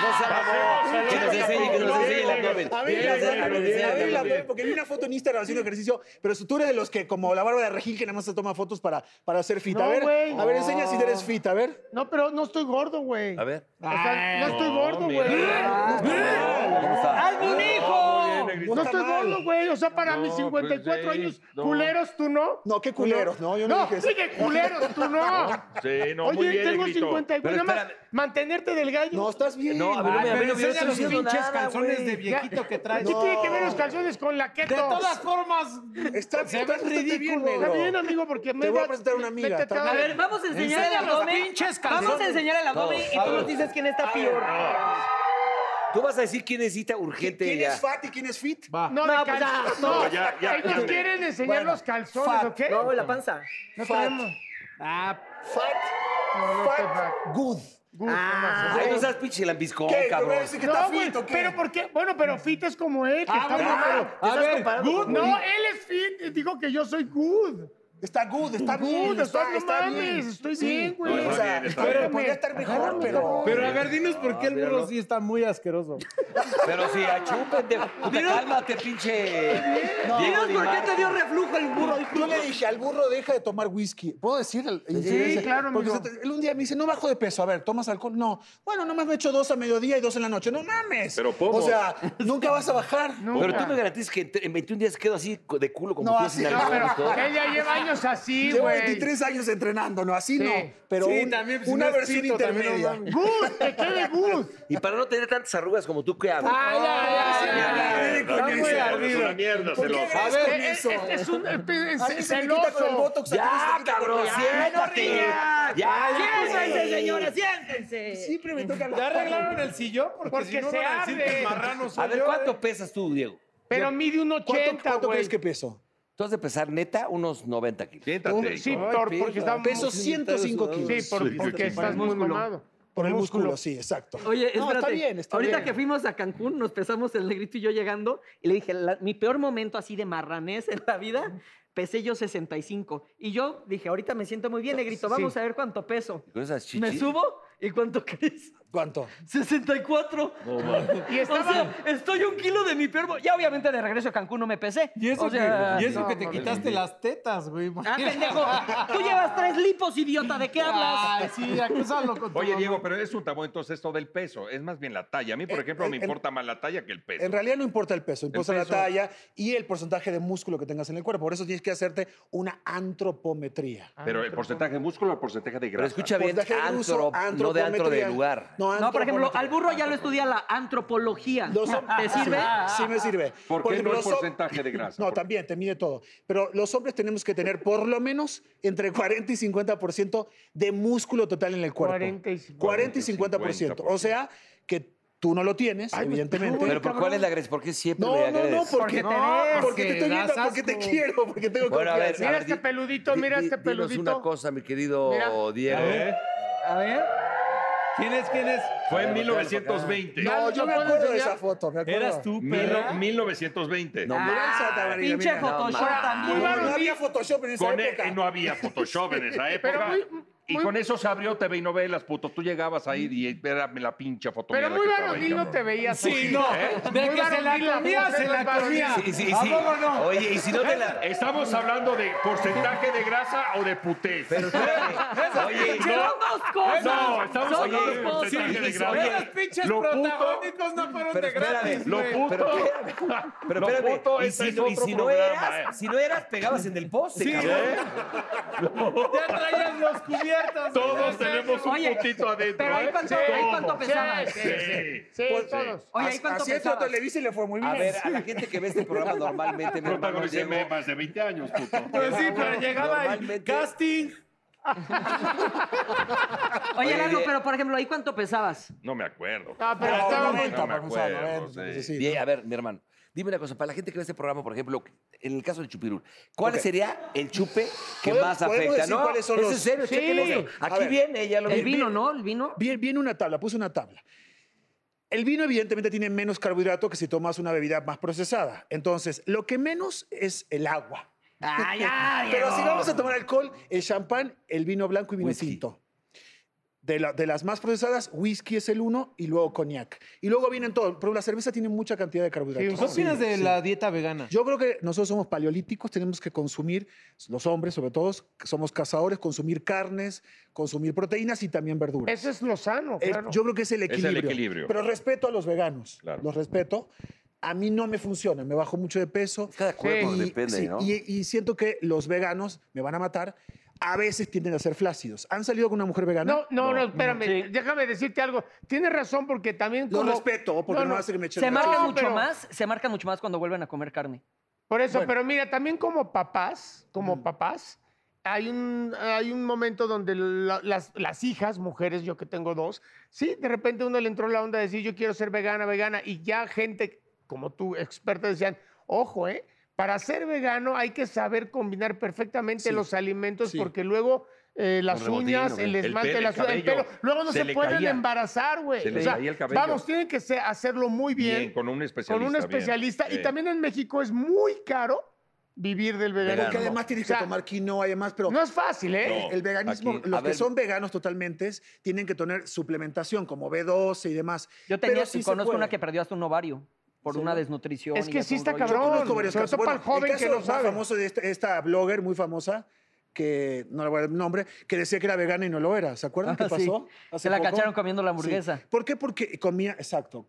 Speaker 1: No sea mamón. Que nos enseñe, que nos enseñe el abdomen.
Speaker 12: A
Speaker 1: Que
Speaker 12: ver,
Speaker 1: nos
Speaker 12: la-
Speaker 1: enseñe el
Speaker 12: la-
Speaker 1: abdomen.
Speaker 12: la- la- la- la- porque vi una foto en Instagram haciendo ejercicio, pero tú eres de los que, como la barba de Regil, que nada más se toma fotos para, para hacer fit. a
Speaker 5: No,
Speaker 12: ver,
Speaker 5: güey.
Speaker 12: a ver, enseña si eres fit, a ver.
Speaker 5: No, pero no estoy gordo, güey.
Speaker 1: A ver.
Speaker 5: O sea, no estoy gordo, güey.
Speaker 1: ¿Cómo está?
Speaker 5: ¡Hazme un hijo! No
Speaker 12: Está
Speaker 5: estoy
Speaker 12: mal.
Speaker 5: gordo, güey. O sea, para mis 54
Speaker 13: pues, sí,
Speaker 5: años,
Speaker 13: no.
Speaker 5: culeros, tú no.
Speaker 12: No, qué culeros, no, yo no dije eso.
Speaker 5: sí que culeros, tú no.
Speaker 13: Sí, no, muy
Speaker 5: Oye,
Speaker 13: bien,
Speaker 5: tengo
Speaker 13: Negrito.
Speaker 5: 54. Nada más mantenerte delgado.
Speaker 12: No, estás bien.
Speaker 1: No, a mí no me- a mí no me
Speaker 8: enseña
Speaker 1: estoy
Speaker 8: los
Speaker 1: diciendo
Speaker 8: pinches
Speaker 1: nada,
Speaker 8: calzones
Speaker 1: güey.
Speaker 8: de viejito que traes.
Speaker 5: ¿Qué tiene que ver los calzones con la keto?
Speaker 8: De todas formas,
Speaker 12: Está,
Speaker 8: se
Speaker 12: está
Speaker 8: ve
Speaker 12: bastante bien,
Speaker 8: ridículo.
Speaker 12: negro.
Speaker 5: Está bien, amigo, porque me
Speaker 12: Te voy
Speaker 5: va-
Speaker 12: a presentar a una amiga.
Speaker 5: Vete acá.
Speaker 10: A ver, vamos a enseñar el
Speaker 8: Enseña los
Speaker 10: abdomen.
Speaker 8: pinches calzones.
Speaker 10: Vamos a enseñar el abdomen
Speaker 1: Todos.
Speaker 10: y
Speaker 1: A
Speaker 10: tú
Speaker 1: ver.
Speaker 10: nos dices quién está peor.
Speaker 1: Tú vas a decir quién necesita urgente
Speaker 12: ¿Quién
Speaker 1: ya.
Speaker 12: es fat y quién es fit?
Speaker 8: Va.
Speaker 5: No,
Speaker 10: No,
Speaker 5: de
Speaker 10: pues
Speaker 5: calzones.
Speaker 10: ya,
Speaker 5: No,
Speaker 13: no, ya, ya.
Speaker 5: ellos quieren enseñar
Speaker 12: Bueno,
Speaker 5: los calzones,
Speaker 12: fat.
Speaker 5: ¿ok?
Speaker 10: No, la panza.
Speaker 5: No
Speaker 12: Fat.
Speaker 5: tenemos.
Speaker 8: Ah,
Speaker 12: Fat,
Speaker 5: No, no estoy
Speaker 12: fat,
Speaker 5: fat.
Speaker 12: good.
Speaker 5: Good, nomás.
Speaker 1: Ay, no seas pinche lambiscón,
Speaker 12: ¿Qué? ¿Te voy a
Speaker 1: cabrón.
Speaker 12: decir que
Speaker 5: No,
Speaker 12: está
Speaker 5: güey,
Speaker 12: fit o qué?
Speaker 5: pero ¿por qué? Bueno, pero Fit es como él. que
Speaker 8: Ah,
Speaker 5: está
Speaker 8: bueno,
Speaker 5: bueno,
Speaker 8: pero, a ver, good,
Speaker 5: No, él es Fit. Digo que yo soy Good.
Speaker 12: Está good, está
Speaker 5: Good,
Speaker 12: bien.
Speaker 5: estás- no mames, estoy bien, güey.
Speaker 12: O
Speaker 5: Está
Speaker 12: sea,
Speaker 5: bien, está
Speaker 12: pero
Speaker 5: bien.
Speaker 12: podría estar mejor,
Speaker 5: Agárrame,
Speaker 12: pero.
Speaker 3: Pero a ver, dinos por qué el
Speaker 12: míralo.
Speaker 3: burro sí está muy asqueroso.
Speaker 1: Pero sí, achúpete. Puta, cálmate, pinche. Diego Di Marco.
Speaker 12: reflujo el burro? Yo le dije al burro, deja de tomar whisky. ¿Puedo decir? el-
Speaker 5: Sí,
Speaker 12: incidencia?
Speaker 5: claro,
Speaker 12: Porque
Speaker 5: amigo.
Speaker 12: se- él un día me dice, no bajo de peso. A ver, ¿tomas alcohol? No. Bueno, nomás me echo dos a mediodía y dos en la noche. ¡No mames!
Speaker 2: Pero pomo.
Speaker 12: O sea, nunca vas a bajar.
Speaker 1: Pero tú me garantizas que en tre- en 21 días quedo así co- de culo como
Speaker 12: No,
Speaker 1: tú
Speaker 12: así
Speaker 1: sin
Speaker 12: no,
Speaker 1: alcohol
Speaker 12: pero
Speaker 1: y todo.
Speaker 12: él ya lleva
Speaker 5: años así,
Speaker 12: Llevo
Speaker 5: güey.
Speaker 12: 23 años entrenando, ¿no? Así
Speaker 5: Sí.
Speaker 12: no. Pero
Speaker 5: Sí,
Speaker 12: un-
Speaker 5: también, pues, si
Speaker 12: una
Speaker 5: no es
Speaker 12: versión
Speaker 5: pito, también no
Speaker 12: intermedia.
Speaker 5: mames. Good, que quede good.
Speaker 1: Y para no tener tantas arrugas como tú, ¿qué hago?
Speaker 12: Ah,
Speaker 5: Ay, ay, ay, ay, ay.
Speaker 1: Ah, Está muy ardido.
Speaker 13: una mierda,
Speaker 1: ¿Por qué
Speaker 13: celoso.
Speaker 1: crees
Speaker 5: que es-
Speaker 13: Este,
Speaker 5: es- es un- es- es celoso.
Speaker 1: Ya, cabrón, siéntate. Ya, ya.
Speaker 14: Siéntense, señores, siéntense.
Speaker 12: Siempre me toca
Speaker 3: ¿Ya arreglaron el sillón? Porque,
Speaker 5: Porque
Speaker 3: si no
Speaker 5: se
Speaker 3: van a decir que
Speaker 5: arde.
Speaker 3: el marrano soy
Speaker 1: A ver,
Speaker 3: yo,
Speaker 1: ¿cuánto
Speaker 3: ¿eh?
Speaker 1: pesas tú, Diego?
Speaker 5: Pero mide un 80,
Speaker 12: ¿Cuánto
Speaker 5: güey.
Speaker 12: crees que peso?
Speaker 1: Tú has de pesar neta unos 90 kilos.
Speaker 5: Un- Sí, por- porque está
Speaker 12: Peso 105 kilos.
Speaker 5: Sí, por- porque estás muy mamado.
Speaker 12: Por el músculo, sí, exacto.
Speaker 4: Oye, espérate.
Speaker 12: No, está bien, está
Speaker 4: Ahorita
Speaker 12: bien.
Speaker 4: que fuimos a Cancún, nos pesamos el negrito y yo llegando, y le dije, "La- mi peor momento así de marranés en la vida, pesé yo 65. Y yo dije, ahorita me siento muy bien, negrito, vamos a ver cuánto peso.
Speaker 1: Con esas chichis.
Speaker 4: Me subo, ¿y cuánto crees?
Speaker 12: ¿Cuánto?
Speaker 4: 64.
Speaker 1: No, mames.
Speaker 4: Y
Speaker 5: estaba-
Speaker 4: o sea, estoy un kilo de mi peor... mo- Ya obviamente de regreso a Cancún no me pesé.
Speaker 3: Y eso,
Speaker 4: O sea,
Speaker 3: que, y eso
Speaker 4: no,
Speaker 3: que te
Speaker 4: mames.
Speaker 3: quitaste las tetas, güey.
Speaker 4: Ah, pendejo. Tú llevas tres lipos, idiota. ¿De qué hablas?
Speaker 3: Ay, sí, acúsalo con tu
Speaker 2: Oye,
Speaker 3: mamá.
Speaker 2: Diego, pero es un tabú entonces esto del peso. Es más bien la talla. A mí, por
Speaker 1: Eh,
Speaker 2: ejemplo, me
Speaker 12: el-
Speaker 2: importa más la talla que el peso.
Speaker 12: En realidad no importa el peso, importa
Speaker 2: peso.
Speaker 12: la talla y el porcentaje de músculo que tengas en el cuerpo. Por eso tienes que hacerte una antropometría.
Speaker 2: Ah, Pero el porcentaje de músculo o el porcentaje de grasa.
Speaker 1: Pero escucha bien,
Speaker 12: Porcentaje de uso,
Speaker 1: antro, no de antro de
Speaker 12: antropometría.
Speaker 1: lugar.
Speaker 12: No,
Speaker 4: No, por ejemplo,
Speaker 12: antropometría.
Speaker 4: al burro ya lo estudia la antropología.
Speaker 12: Ah, Los hom-
Speaker 4: ¿Te sirve?
Speaker 12: Sí, sí me sirve.
Speaker 2: ¿Por qué
Speaker 12: ejemplo,
Speaker 2: no es
Speaker 12: los hom-
Speaker 2: porcentaje de grasa?
Speaker 12: No,
Speaker 2: ¿Por qué?
Speaker 12: también, te mide todo. Pero los hombres tenemos que tener por lo menos entre 40 y 50% de músculo total en el cuerpo.
Speaker 5: 40 y 50.
Speaker 12: 40 y 50%. O sea, que tú no lo tienes,
Speaker 2: pues,
Speaker 12: evidentemente.
Speaker 1: Pero ¿por cuál es la agresión? ¿Por qué siempre me
Speaker 12: No, no, no,
Speaker 1: agredes?
Speaker 12: porque,
Speaker 5: Porque te
Speaker 12: no,
Speaker 5: ves,
Speaker 12: porque te
Speaker 5: porque
Speaker 12: estoy viendo,
Speaker 5: das
Speaker 12: porque te
Speaker 5: asco.
Speaker 12: quiero, porque tengo
Speaker 1: Bueno, a ver,
Speaker 12: confianza.
Speaker 1: a
Speaker 5: Mira
Speaker 1: ver,
Speaker 5: este
Speaker 1: di-
Speaker 5: peludito,
Speaker 1: di-
Speaker 5: mira
Speaker 1: di-
Speaker 5: este
Speaker 1: dinos una
Speaker 5: peludito.
Speaker 1: cosa, mi querido
Speaker 5: Mira.
Speaker 1: Diego.
Speaker 3: A ver. ¿Quién es? ¿Quién es?
Speaker 2: Fue en 1920.
Speaker 5: Ya,
Speaker 12: No,
Speaker 5: ¿lo
Speaker 12: yo me
Speaker 5: puedo
Speaker 12: acuerdo de
Speaker 5: enseñar?
Speaker 12: esa foto, me acuerdo.
Speaker 3: ¿Eras tú,
Speaker 2: Mil-
Speaker 3: perra?
Speaker 2: 1920.
Speaker 1: No, mames.
Speaker 4: Pinche Photoshop también.
Speaker 12: No había Photoshop en esa
Speaker 2: Con
Speaker 12: época.
Speaker 2: e- no había Photoshop en esa época.
Speaker 5: muy-
Speaker 2: y
Speaker 5: muy-
Speaker 2: con eso se abrió TV y novelas, puto. Tú llegabas ahí y era la pincha foto.
Speaker 5: Pero
Speaker 2: mierda
Speaker 5: muy
Speaker 2: que estaba ahí,
Speaker 5: varonil no
Speaker 2: cabrón.
Speaker 5: te veías.
Speaker 3: Sí,
Speaker 5: así.
Speaker 3: no.
Speaker 2: ¿Eh?
Speaker 3: De
Speaker 5: Muy
Speaker 3: que se la
Speaker 5: varonil la
Speaker 3: comía,
Speaker 5: mujer
Speaker 3: se
Speaker 5: no es
Speaker 3: la
Speaker 5: varonil.
Speaker 3: comía.
Speaker 1: Sí, sí, sí.
Speaker 3: ¿A poco Ah, no?
Speaker 1: Oye, y si no te la.
Speaker 2: Estamos hablando de porcentaje de grasa o de putés.
Speaker 1: Oye,
Speaker 4: Son
Speaker 1: no,
Speaker 4: dos cosas.
Speaker 2: No, estamos
Speaker 4: Son
Speaker 2: hablando de
Speaker 4: dos cosas.
Speaker 2: porcentaje de grasa.
Speaker 3: Oye, los pinches
Speaker 2: Lo puto-
Speaker 3: protagónicos no fueron
Speaker 1: pero
Speaker 3: de gratis,
Speaker 1: espérame,
Speaker 2: Lo
Speaker 3: güey.
Speaker 2: puto.
Speaker 1: Pero espérame, pero
Speaker 2: Lo
Speaker 1: espérame,
Speaker 2: puto,
Speaker 1: y
Speaker 2: este
Speaker 1: si,
Speaker 2: es
Speaker 1: no- y
Speaker 2: otro
Speaker 1: si no
Speaker 2: programa,
Speaker 1: eras,
Speaker 2: eh.
Speaker 1: si no eras, pegabas en el poste,
Speaker 3: Sí,
Speaker 1: cabrón.
Speaker 3: Ya traían los cubiertos.
Speaker 2: Todos tenemos un
Speaker 4: Oye,
Speaker 2: putito adentro.
Speaker 4: pero ahí
Speaker 2: ¿eh?
Speaker 4: cuánto-
Speaker 2: Todos.
Speaker 4: ahí cuánto pesaba.
Speaker 2: Sí, sí.
Speaker 5: Sí,
Speaker 12: Pues,
Speaker 5: todos.
Speaker 4: Oye, ¿ahí cuánto
Speaker 12: Así entró a
Speaker 4: pesabas?
Speaker 12: Televisa y le fue muy bien.
Speaker 1: A ver, a la gente que ve este programa normalmente, mi hermano
Speaker 2: Protagonicé
Speaker 1: Diego,
Speaker 2: más de 20 años, puto.
Speaker 3: Pues sí, pero llegaba ahí.
Speaker 1: Normalmente-
Speaker 3: Casting.
Speaker 4: Oye, Lalo,
Speaker 1: Oye,
Speaker 4: pero por ejemplo, ¿ahí cuánto pesabas?
Speaker 2: No me acuerdo.
Speaker 5: Ah, pero
Speaker 12: No,
Speaker 5: estaba
Speaker 12: 90,
Speaker 2: No me
Speaker 12: para comenzar,
Speaker 2: acuerdo,
Speaker 12: 90,
Speaker 2: sí.
Speaker 12: sí, sí.
Speaker 1: Bien, a ver, mi hermano. Dime una cosa, para la gente que ve este programa, por ejemplo, en el caso de Chupirul, ¿cuál
Speaker 12: Ok.
Speaker 1: sería el chupe que
Speaker 12: ¿Podemos-
Speaker 1: más
Speaker 12: podemos
Speaker 1: afecta?
Speaker 12: decir
Speaker 1: No,
Speaker 12: cuáles son
Speaker 1: es
Speaker 12: los-
Speaker 1: en serio,
Speaker 12: Sí.
Speaker 1: chequen esto.
Speaker 12: A
Speaker 1: Aquí
Speaker 12: ver.
Speaker 1: viene, ya lo
Speaker 4: El
Speaker 1: vi.
Speaker 4: vino, ¿no? El vino.
Speaker 12: Viene, viene una tabla, puse una tabla. El vino evidentemente tiene menos carbohidrato que si tomas una bebida más procesada. Entonces, lo que menos es el agua.
Speaker 4: Ay, ay,
Speaker 12: Pero si vamos a tomar alcohol, el champán, el vino blanco y vino
Speaker 1: Whisky.
Speaker 12: tinto. De, la- de las más procesadas, whisky es el uno y luego coñac. Y luego vienen todos, pero la cerveza tiene mucha cantidad de carbohidratos.
Speaker 3: ¿Qué opinas de la dieta vegana?
Speaker 12: Yo creo que nosotros somos paleolíticos, tenemos que consumir, los hombres sobre todo, que somos cazadores, consumir carnes, consumir proteínas y también verduras.
Speaker 5: Eso es lo sano,
Speaker 12: Eh,
Speaker 5: claro.
Speaker 12: Yo creo que es el
Speaker 2: el
Speaker 12: equilibrio.
Speaker 2: equilibrio.
Speaker 12: Pero respeto a los veganos,
Speaker 2: Claro.
Speaker 12: los respeto. A mí no me funciona, me bajo mucho de peso.
Speaker 1: Cada cuerpo
Speaker 12: Y-
Speaker 1: depende,
Speaker 12: sí,
Speaker 1: ¿no?
Speaker 12: y- y siento que los veganos me van a matar. A veces tienden a ser flácidos. ¿Han salido con una mujer vegana?
Speaker 5: No, no, no, espérame. Déjame decirte algo. Tienes razón porque también
Speaker 12: Lo
Speaker 5: como-
Speaker 12: respeto, porque no, hace que me echen
Speaker 4: Se
Speaker 12: la
Speaker 4: marca
Speaker 12: culpa.
Speaker 5: No,
Speaker 4: mucho
Speaker 5: pero-
Speaker 4: más, se marca mucho más cuando vuelven a comer carne.
Speaker 5: Por eso, pero mira, también como papás, como papás, hay un, hay un momento donde la- las, las hijas, mujeres, yo que tengo dos, sí, de repente uno le entró la onda de decir, yo quiero ser vegana, vegana, y ya gente como tú, experta, decían, ojo, ¿eh? Para ser vegano hay que saber combinar perfectamente
Speaker 12: Sí.
Speaker 5: los alimentos
Speaker 12: Sí.
Speaker 5: porque luego eh, las
Speaker 1: rebotín,
Speaker 5: uñas,
Speaker 1: ¿o qué?
Speaker 5: el
Speaker 2: El
Speaker 5: esmalte,
Speaker 2: pelo, el
Speaker 5: las uñas, el
Speaker 2: cabello.
Speaker 5: pelo, luego no
Speaker 2: Se
Speaker 5: se,
Speaker 2: le
Speaker 5: pueden
Speaker 2: caía.
Speaker 5: embarazar, güey.
Speaker 2: Se le caía el cabello.
Speaker 5: Vamos, tienen que se- hacerlo muy
Speaker 2: Bien, con un especialista.
Speaker 5: con un
Speaker 2: bien.
Speaker 5: especialista.
Speaker 2: Sí.
Speaker 5: Y también en México es muy caro vivir del veganismo.
Speaker 12: Porque además tienes que
Speaker 5: O sea,
Speaker 12: tomar quinoa y demás, pero...
Speaker 5: No es fácil, ¿eh?
Speaker 12: El veganismo,
Speaker 5: Aquí-
Speaker 12: los
Speaker 5: a
Speaker 12: que
Speaker 5: ver.
Speaker 12: son veganos totalmente tienen que tener suplementación como B12 y demás.
Speaker 10: Yo tenía-
Speaker 12: Pero sí se
Speaker 10: conozco
Speaker 12: puede.
Speaker 10: una que perdió hasta un ovario por una desnutrición.
Speaker 12: Es
Speaker 10: y
Speaker 12: que
Speaker 10: ya fue
Speaker 12: sí
Speaker 10: un
Speaker 12: está
Speaker 10: rollo.
Speaker 12: cabrón, Yo conozco varios sobre casos. todo para el Bueno, el joven que caso no más sabe. famoso de esta, esta blogger muy famosa, que no le voy a dar el nombre, que decía que era vegana y no lo era. ¿Se acuerdan
Speaker 10: Ah,
Speaker 12: qué
Speaker 10: sí.
Speaker 12: pasó?
Speaker 10: Se la cacharon comiendo la hamburguesa.
Speaker 12: ¿Por qué? Porque comía, exacto.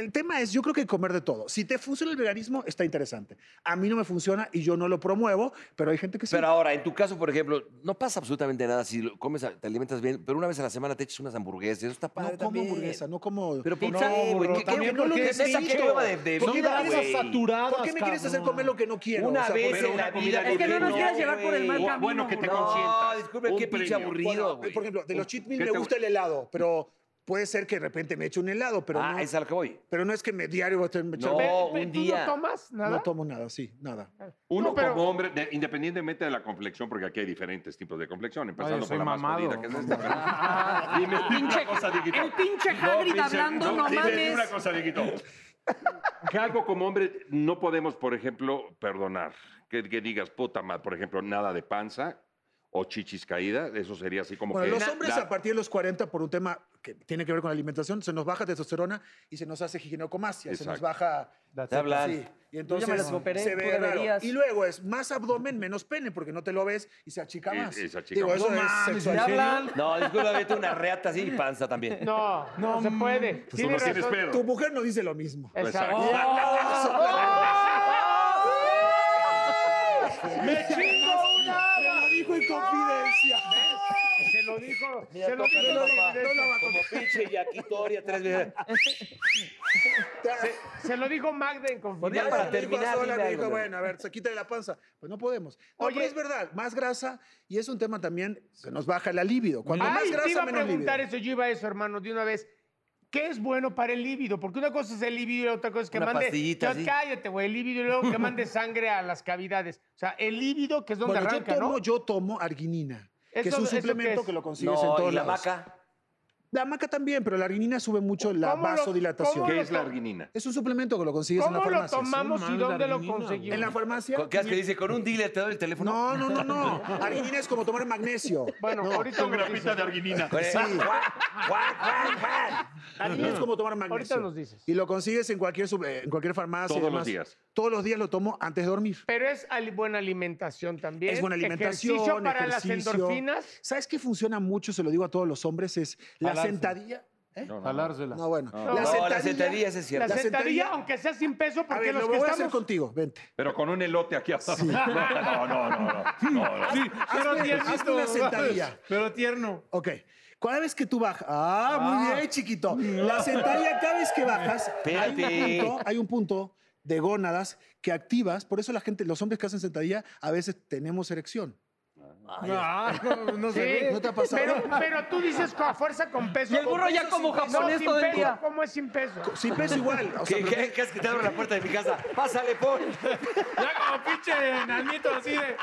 Speaker 12: El tema es, yo creo que hay que comer de todo. Si te funciona el veganismo, está interesante. A mí no me funciona y yo no lo promuevo, pero hay gente que sí.
Speaker 1: Pero ahora, en tu caso, por ejemplo, no pasa absolutamente nada si lo comes, te alimentas bien, pero una vez a la semana te echas unas hamburguesas. Eso está
Speaker 12: no
Speaker 1: padre
Speaker 12: como
Speaker 1: también.
Speaker 12: hamburguesa, no como...
Speaker 1: Pero ¿por Pizza, qué, güey? burro, ¿Qué- qué- también no lo porque que- es neta, qué rico. hueva de- de
Speaker 12: ¿Por qué me
Speaker 1: vida,
Speaker 12: quieres-
Speaker 1: güey?
Speaker 12: ¿Por qué me quieres hacer comer lo que no quiero?
Speaker 15: Una
Speaker 12: O sea,
Speaker 15: vez
Speaker 12: ¿por qué?
Speaker 15: en la vida
Speaker 12: O-
Speaker 15: Bueno, que te
Speaker 12: consientas.
Speaker 15: No, disculpe,
Speaker 12: Un
Speaker 15: qué pinche
Speaker 12: premio.
Speaker 15: aburrido,
Speaker 12: Bueno,
Speaker 15: güey.
Speaker 12: Por ejemplo, de los cheat meal
Speaker 15: ¿Qué
Speaker 12: me
Speaker 15: te-
Speaker 12: gusta el helado, pero puede ser que de repente me eche un helado, pero no.
Speaker 1: Ah, es al que voy.
Speaker 12: Pero no es que me diario voy a tener
Speaker 2: No, Pe- pe- un ¿tú no día.
Speaker 5: tomas nada?
Speaker 12: No tomo nada, sí, nada.
Speaker 2: Uno
Speaker 12: No, pero-
Speaker 2: como hombre, de- independientemente de la complexión, porque aquí hay diferentes tipos de complexión, empezando
Speaker 5: soy
Speaker 2: por la más
Speaker 5: mamado.
Speaker 2: jodida, que es esta. pero- Dime tú una cosa, Dieguito.
Speaker 7: el pinche
Speaker 2: No,
Speaker 7: Hagrid
Speaker 2: pinche-
Speaker 7: hablando, no
Speaker 2: dime tú
Speaker 7: mames.
Speaker 2: una cosa, Dieguito. Que algo como hombre no podemos, por ejemplo, perdonar. Que, que digas, puta madre, por ejemplo, nada de panza o chichis caídas, eso sería así como
Speaker 12: Bueno,
Speaker 2: que...
Speaker 12: los hombres
Speaker 2: la-
Speaker 12: a partir de los 40, por un tema que tiene que ver con la alimentación, se nos baja testosterona y se nos hace ginecomastia, se nos
Speaker 2: Exacto.
Speaker 12: baja...
Speaker 1: La Te hablas.
Speaker 12: Sí, Y
Speaker 1: Yo ya me
Speaker 12: entonces
Speaker 1: las operé,
Speaker 12: se
Speaker 1: tú
Speaker 12: ve raro.
Speaker 1: deberías.
Speaker 12: Y luego es más abdomen, menos pene, porque no te lo ves y se achica
Speaker 2: Y-
Speaker 12: más.
Speaker 2: y se achica
Speaker 12: Digo,
Speaker 2: más.
Speaker 12: eso
Speaker 2: No
Speaker 12: es
Speaker 2: mames,
Speaker 12: sexual.
Speaker 2: ¿me hablan?
Speaker 1: No, discúlpame, tú una reata así y panza también.
Speaker 5: No, no,
Speaker 12: mm,
Speaker 5: se puede.
Speaker 1: Pues uno tiene espero.
Speaker 12: Tu mujer no dice lo mismo.
Speaker 5: Exacto.
Speaker 12: Pues, ah, ¡Me chingo una! Me lo dijo en confidencia.
Speaker 5: ¡Oh! Se lo dijo.
Speaker 1: Mira,
Speaker 5: se lo
Speaker 1: toca
Speaker 5: dijo.
Speaker 1: la
Speaker 5: en
Speaker 1: papa,
Speaker 5: confidencia.
Speaker 1: Como pinche yaquitoria tres veces.
Speaker 5: Se, se lo dijo Magda en confidencia.
Speaker 12: Ya para terminar, dijo, bueno, a ver, se quita la panza. Pues no podemos. No, pero es verdad, más grasa y es un tema también, se nos baja la libido. Cuando
Speaker 5: Ay,
Speaker 12: más
Speaker 5: te iba
Speaker 12: grasa,
Speaker 5: a
Speaker 12: menos libido.
Speaker 5: preguntar eso, yo iba a eso, hermano, de una vez. ¿Qué es bueno para el líbido? Porque una cosa es el líbido y la otra cosa es que
Speaker 1: Una
Speaker 5: mande.
Speaker 1: pastillita,
Speaker 5: No,
Speaker 1: sí.
Speaker 5: Cállate, güey, el líbido y luego que mande sangre a las cavidades. O sea, el líbido, que es donde
Speaker 12: Bueno,
Speaker 5: arranca,
Speaker 12: yo tomo,
Speaker 5: ¿no?
Speaker 12: yo tomo arginina, que es
Speaker 5: Eso-
Speaker 12: un
Speaker 5: ¿eso qué
Speaker 12: suplemento
Speaker 5: es?
Speaker 12: que lo consigues
Speaker 1: No,
Speaker 12: en todos
Speaker 1: ¿y la
Speaker 12: lados.
Speaker 1: maca?
Speaker 12: La maca también, pero la arginina sube mucho la
Speaker 5: ¿Cómo lo-
Speaker 12: vasodilatación.
Speaker 5: cómo ¿Qué lo es la to-
Speaker 2: arginina?
Speaker 12: Es un suplemento que lo consigues en la
Speaker 5: ¿Cómo lo
Speaker 12: farmacia.
Speaker 5: tomamos y dónde lo conseguimos?
Speaker 12: ¿En la farmacia?
Speaker 1: ¿Qué haces que dice? Con un dealer te doy el teléfono.
Speaker 12: No, no, no, no. Arginina es como tomar magnesio.
Speaker 5: Bueno,
Speaker 12: No.
Speaker 5: ahorita nos dices.
Speaker 2: arginina.
Speaker 12: Sí. Arginina es como tomar magnesio.
Speaker 5: Ahorita nos dices.
Speaker 12: Y lo consigues en cualquier, sub- eh, en cualquier farmacia. y
Speaker 2: Todos los
Speaker 12: demás.
Speaker 2: días.
Speaker 12: Todos los días lo tomo antes de dormir.
Speaker 5: Pero es al- buena alimentación también.
Speaker 12: Es buena alimentación,
Speaker 5: Ejercicio para
Speaker 12: ejercicio.
Speaker 5: las endorfinas.
Speaker 12: ¿Sabes qué funciona mucho? Se lo digo a todos los hombres, es la
Speaker 5: Jalarse.
Speaker 12: sentadilla. ¿eh?
Speaker 2: No, no, no.
Speaker 8: Jalársela.
Speaker 12: No, bueno.
Speaker 2: No.
Speaker 1: No, la sentadilla, ese es cierto.
Speaker 5: La,
Speaker 12: La
Speaker 5: sentadilla,
Speaker 12: sentadilla,
Speaker 5: aunque sea sin peso,
Speaker 12: A
Speaker 5: porque
Speaker 12: ver,
Speaker 5: los
Speaker 12: lo
Speaker 5: que
Speaker 12: voy a hacer
Speaker 5: estamos...
Speaker 12: contigo, vente.
Speaker 2: Pero con un elote aquí abajo. No, no, no, no. no, no.
Speaker 12: Hazme- hazme una sentadilla.
Speaker 8: Pero tierno.
Speaker 12: Ok. Cada vez que tú bajas. Ah, muy bien, chiquito. La sentadilla, cada vez que bajas, hay
Speaker 1: Espérate.
Speaker 12: un, punto, hay un punto de gónadas que activas. Por eso la gente, los hombres que hacen sentadilla, a veces tenemos erección.
Speaker 5: No, no
Speaker 12: se ve. Ah, ¿No te ha pasado?
Speaker 5: Pero, pero tú dices con a fuerza con peso.
Speaker 10: Y el
Speaker 5: con
Speaker 10: burro ya
Speaker 5: peso,
Speaker 10: como
Speaker 5: sin peso.
Speaker 10: japonés
Speaker 5: No,
Speaker 10: todo
Speaker 5: sin
Speaker 10: el día.
Speaker 5: peso, ¿Cómo es sin peso?
Speaker 12: Sin peso igual. O sea,
Speaker 1: ¿Qué,
Speaker 12: pero-
Speaker 1: qué, qué es que te abro la puerta de mi casa? Pásale, Paul.
Speaker 5: Ya como pinche nanito así de...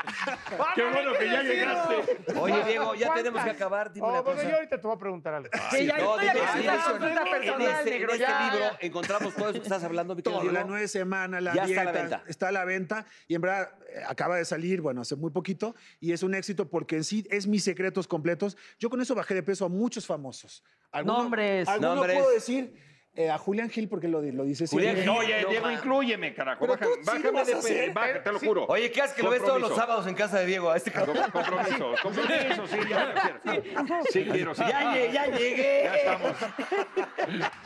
Speaker 2: Qué bueno que ya llegaste.
Speaker 1: Oye, Diego, ya tenemos que acabar. Dime una
Speaker 5: Oh, bueno,
Speaker 1: cosa.
Speaker 5: yo ahorita te voy a preguntar algo.
Speaker 1: Ah, Sí,
Speaker 7: ya estoy
Speaker 1: dime,
Speaker 7: aquí,
Speaker 1: sí,
Speaker 7: ya,
Speaker 1: eso.
Speaker 7: pregunta
Speaker 1: en
Speaker 7: personal,
Speaker 1: este, en
Speaker 7: negro,
Speaker 1: este
Speaker 7: ya,
Speaker 1: libro
Speaker 7: ya.
Speaker 1: encontramos todo eso que estás hablando, mi querido
Speaker 12: Todo, la
Speaker 1: Diego.
Speaker 12: nueve semana, la
Speaker 1: Ya está
Speaker 12: dieta,
Speaker 1: a la venta.
Speaker 12: está a la venta y en verdad eh, acaba de salir, bueno, hace muy poquito y es un éxito porque en sí es mis secretos completos. Yo con eso bajé de peso a muchos famosos. Alguno-
Speaker 10: Nombres,
Speaker 12: alguno
Speaker 1: nombres.
Speaker 12: puedo decir eh, a Julián Gil porque lo, di- lo dice
Speaker 1: Julián
Speaker 12: siempre.
Speaker 1: Gil.
Speaker 2: Oye,
Speaker 1: No,
Speaker 2: Diego,
Speaker 1: ma.
Speaker 2: inclúyeme, carajo.
Speaker 12: Pero
Speaker 2: Baja-
Speaker 12: tú sí lo
Speaker 2: Bájame
Speaker 12: vas a
Speaker 2: de pe-
Speaker 12: hacer.
Speaker 2: baja, te lo juro.
Speaker 1: Oye, ¿qué haces que lo ves todos los
Speaker 2: Compromiso.
Speaker 1: sábados en casa de Diego? A este cabrón.
Speaker 2: Com- Compromiso, compromiso, sí, ya lo quiero. Sí, quiero, sí.
Speaker 1: Ya, lle- ya llegué.
Speaker 2: Ya estamos.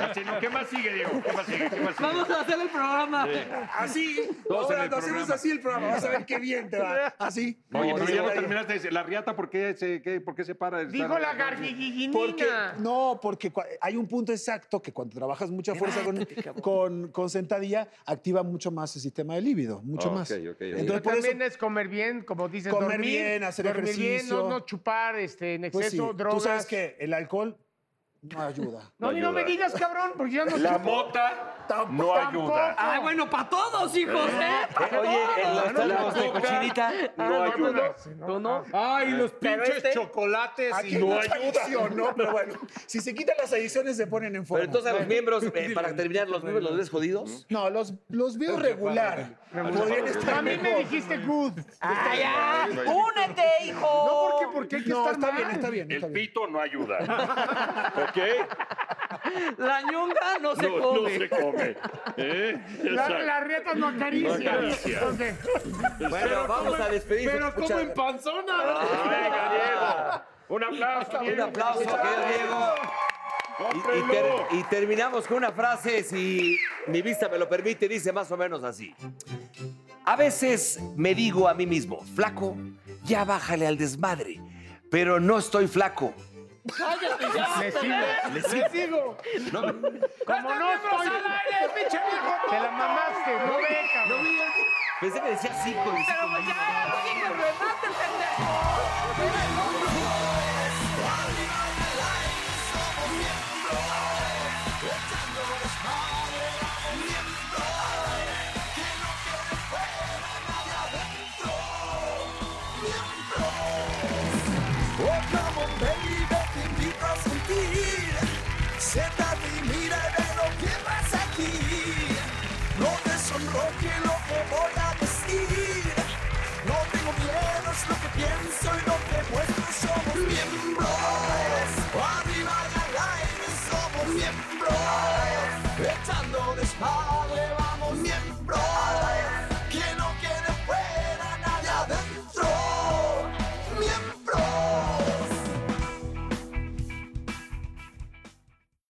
Speaker 2: Así, no, ¿Qué más sigue, Diego? ¿Qué más sigue? ¿Qué más sigue?
Speaker 10: Vamos a hacer el programa.
Speaker 12: Así,
Speaker 2: Todos en
Speaker 12: ahora
Speaker 2: el
Speaker 12: lo Ah, hacemos
Speaker 2: programa.
Speaker 12: así el programa, vas a ver qué bien te va. Así.
Speaker 2: Oye,
Speaker 12: No,
Speaker 2: pero
Speaker 12: sí,
Speaker 2: ya no
Speaker 12: ahí.
Speaker 2: terminaste de decir, ¿La riata por qué se, qué- por qué se para? de
Speaker 5: Dijo
Speaker 2: estar-
Speaker 5: la
Speaker 12: Porque,
Speaker 5: gargiguinina.
Speaker 12: no, porque cua- eh, hay un punto exacto que cuando trabajas mucha fuerza con, con, con sentadilla, activa mucho más el sistema de líbido, mucho
Speaker 2: Ah,
Speaker 12: más.
Speaker 2: ok, ok, ok.
Speaker 12: Entonces, por eso,
Speaker 5: También es comer bien, como dices,
Speaker 12: Comer
Speaker 5: dormir,
Speaker 12: bien, hacer
Speaker 5: dormir
Speaker 12: ejercicio.
Speaker 5: bien, no, no chupar este, en exceso,
Speaker 12: pues sí,
Speaker 5: drogas.
Speaker 12: tú sabes que el alcohol no ayuda.
Speaker 5: No,
Speaker 2: No
Speaker 5: ni no me
Speaker 2: ayuda.
Speaker 5: digas, cabrón, porque yo no
Speaker 2: La
Speaker 5: chupo.
Speaker 2: mota No ayuda.
Speaker 4: Ah, bueno, para todos, hijos, ¿eh? Pa'
Speaker 16: Eh, oye, en
Speaker 4: todos.
Speaker 16: los tacos de cochinita no ayuda.
Speaker 4: ¿Tú no?
Speaker 3: Ay, los
Speaker 12: Pero
Speaker 3: pinches
Speaker 12: este-
Speaker 3: chocolates.
Speaker 12: Aquí
Speaker 3: y-
Speaker 12: no ayuda. ¿no? Pero bueno, si se quitan las adiciones, se ponen en forma.
Speaker 1: Pero entonces a los miembros, eh, para terminar, los miembros los ves jodidos.
Speaker 12: No, los, los veo regular. Podrían estar
Speaker 5: A mí me
Speaker 12: mejor.
Speaker 5: dijiste good.
Speaker 16: ¡Ay, ya!
Speaker 2: Ay,
Speaker 16: ¡Únete, hijo!
Speaker 5: No, porque, porque hay que
Speaker 12: No,
Speaker 5: estar
Speaker 12: está
Speaker 5: mal.
Speaker 12: bien, está bien.
Speaker 2: El pito no ayuda. ¿Ok?
Speaker 4: La ñonga no se
Speaker 2: No,
Speaker 4: come.
Speaker 2: no se come. ¿Eh?
Speaker 5: La,
Speaker 2: Exacto.
Speaker 5: la rieta no acaricia.
Speaker 2: No acaricia.
Speaker 5: Ok.
Speaker 1: Bueno, vamos a despedir.
Speaker 3: Pero como en
Speaker 5: Ah,
Speaker 2: Venga,
Speaker 3: panzona.
Speaker 2: Diego. Un aplauso.
Speaker 1: Un aplauso, querido Diego. Y, y ter-
Speaker 2: Cómprelo.
Speaker 1: y terminamos con una frase, si mi vista me lo permite, dice más o menos así. A veces me digo a mí mismo, flaco, ya bájale al desmadre, pero no estoy flaco.
Speaker 4: ¡Cállate ya!
Speaker 5: Me sigo.
Speaker 1: Le
Speaker 5: Me sigo.
Speaker 1: No,
Speaker 5: Como no estoy. Te la mamaste. No ve,
Speaker 1: no,
Speaker 5: cabrón.
Speaker 1: pensé que decía cinco.
Speaker 4: Pero pues ya, no digo el remate, pendejo.
Speaker 13: Oh, come on, baby, te invito a sentir. Siéntate y mira y ve lo que pasa aquí. No te sonroje lo que voy a decir. No tengo miedo, es lo que pienso y lo que muestro. Somos miembros. Arriba en el aire somos miembros. Echando despacio.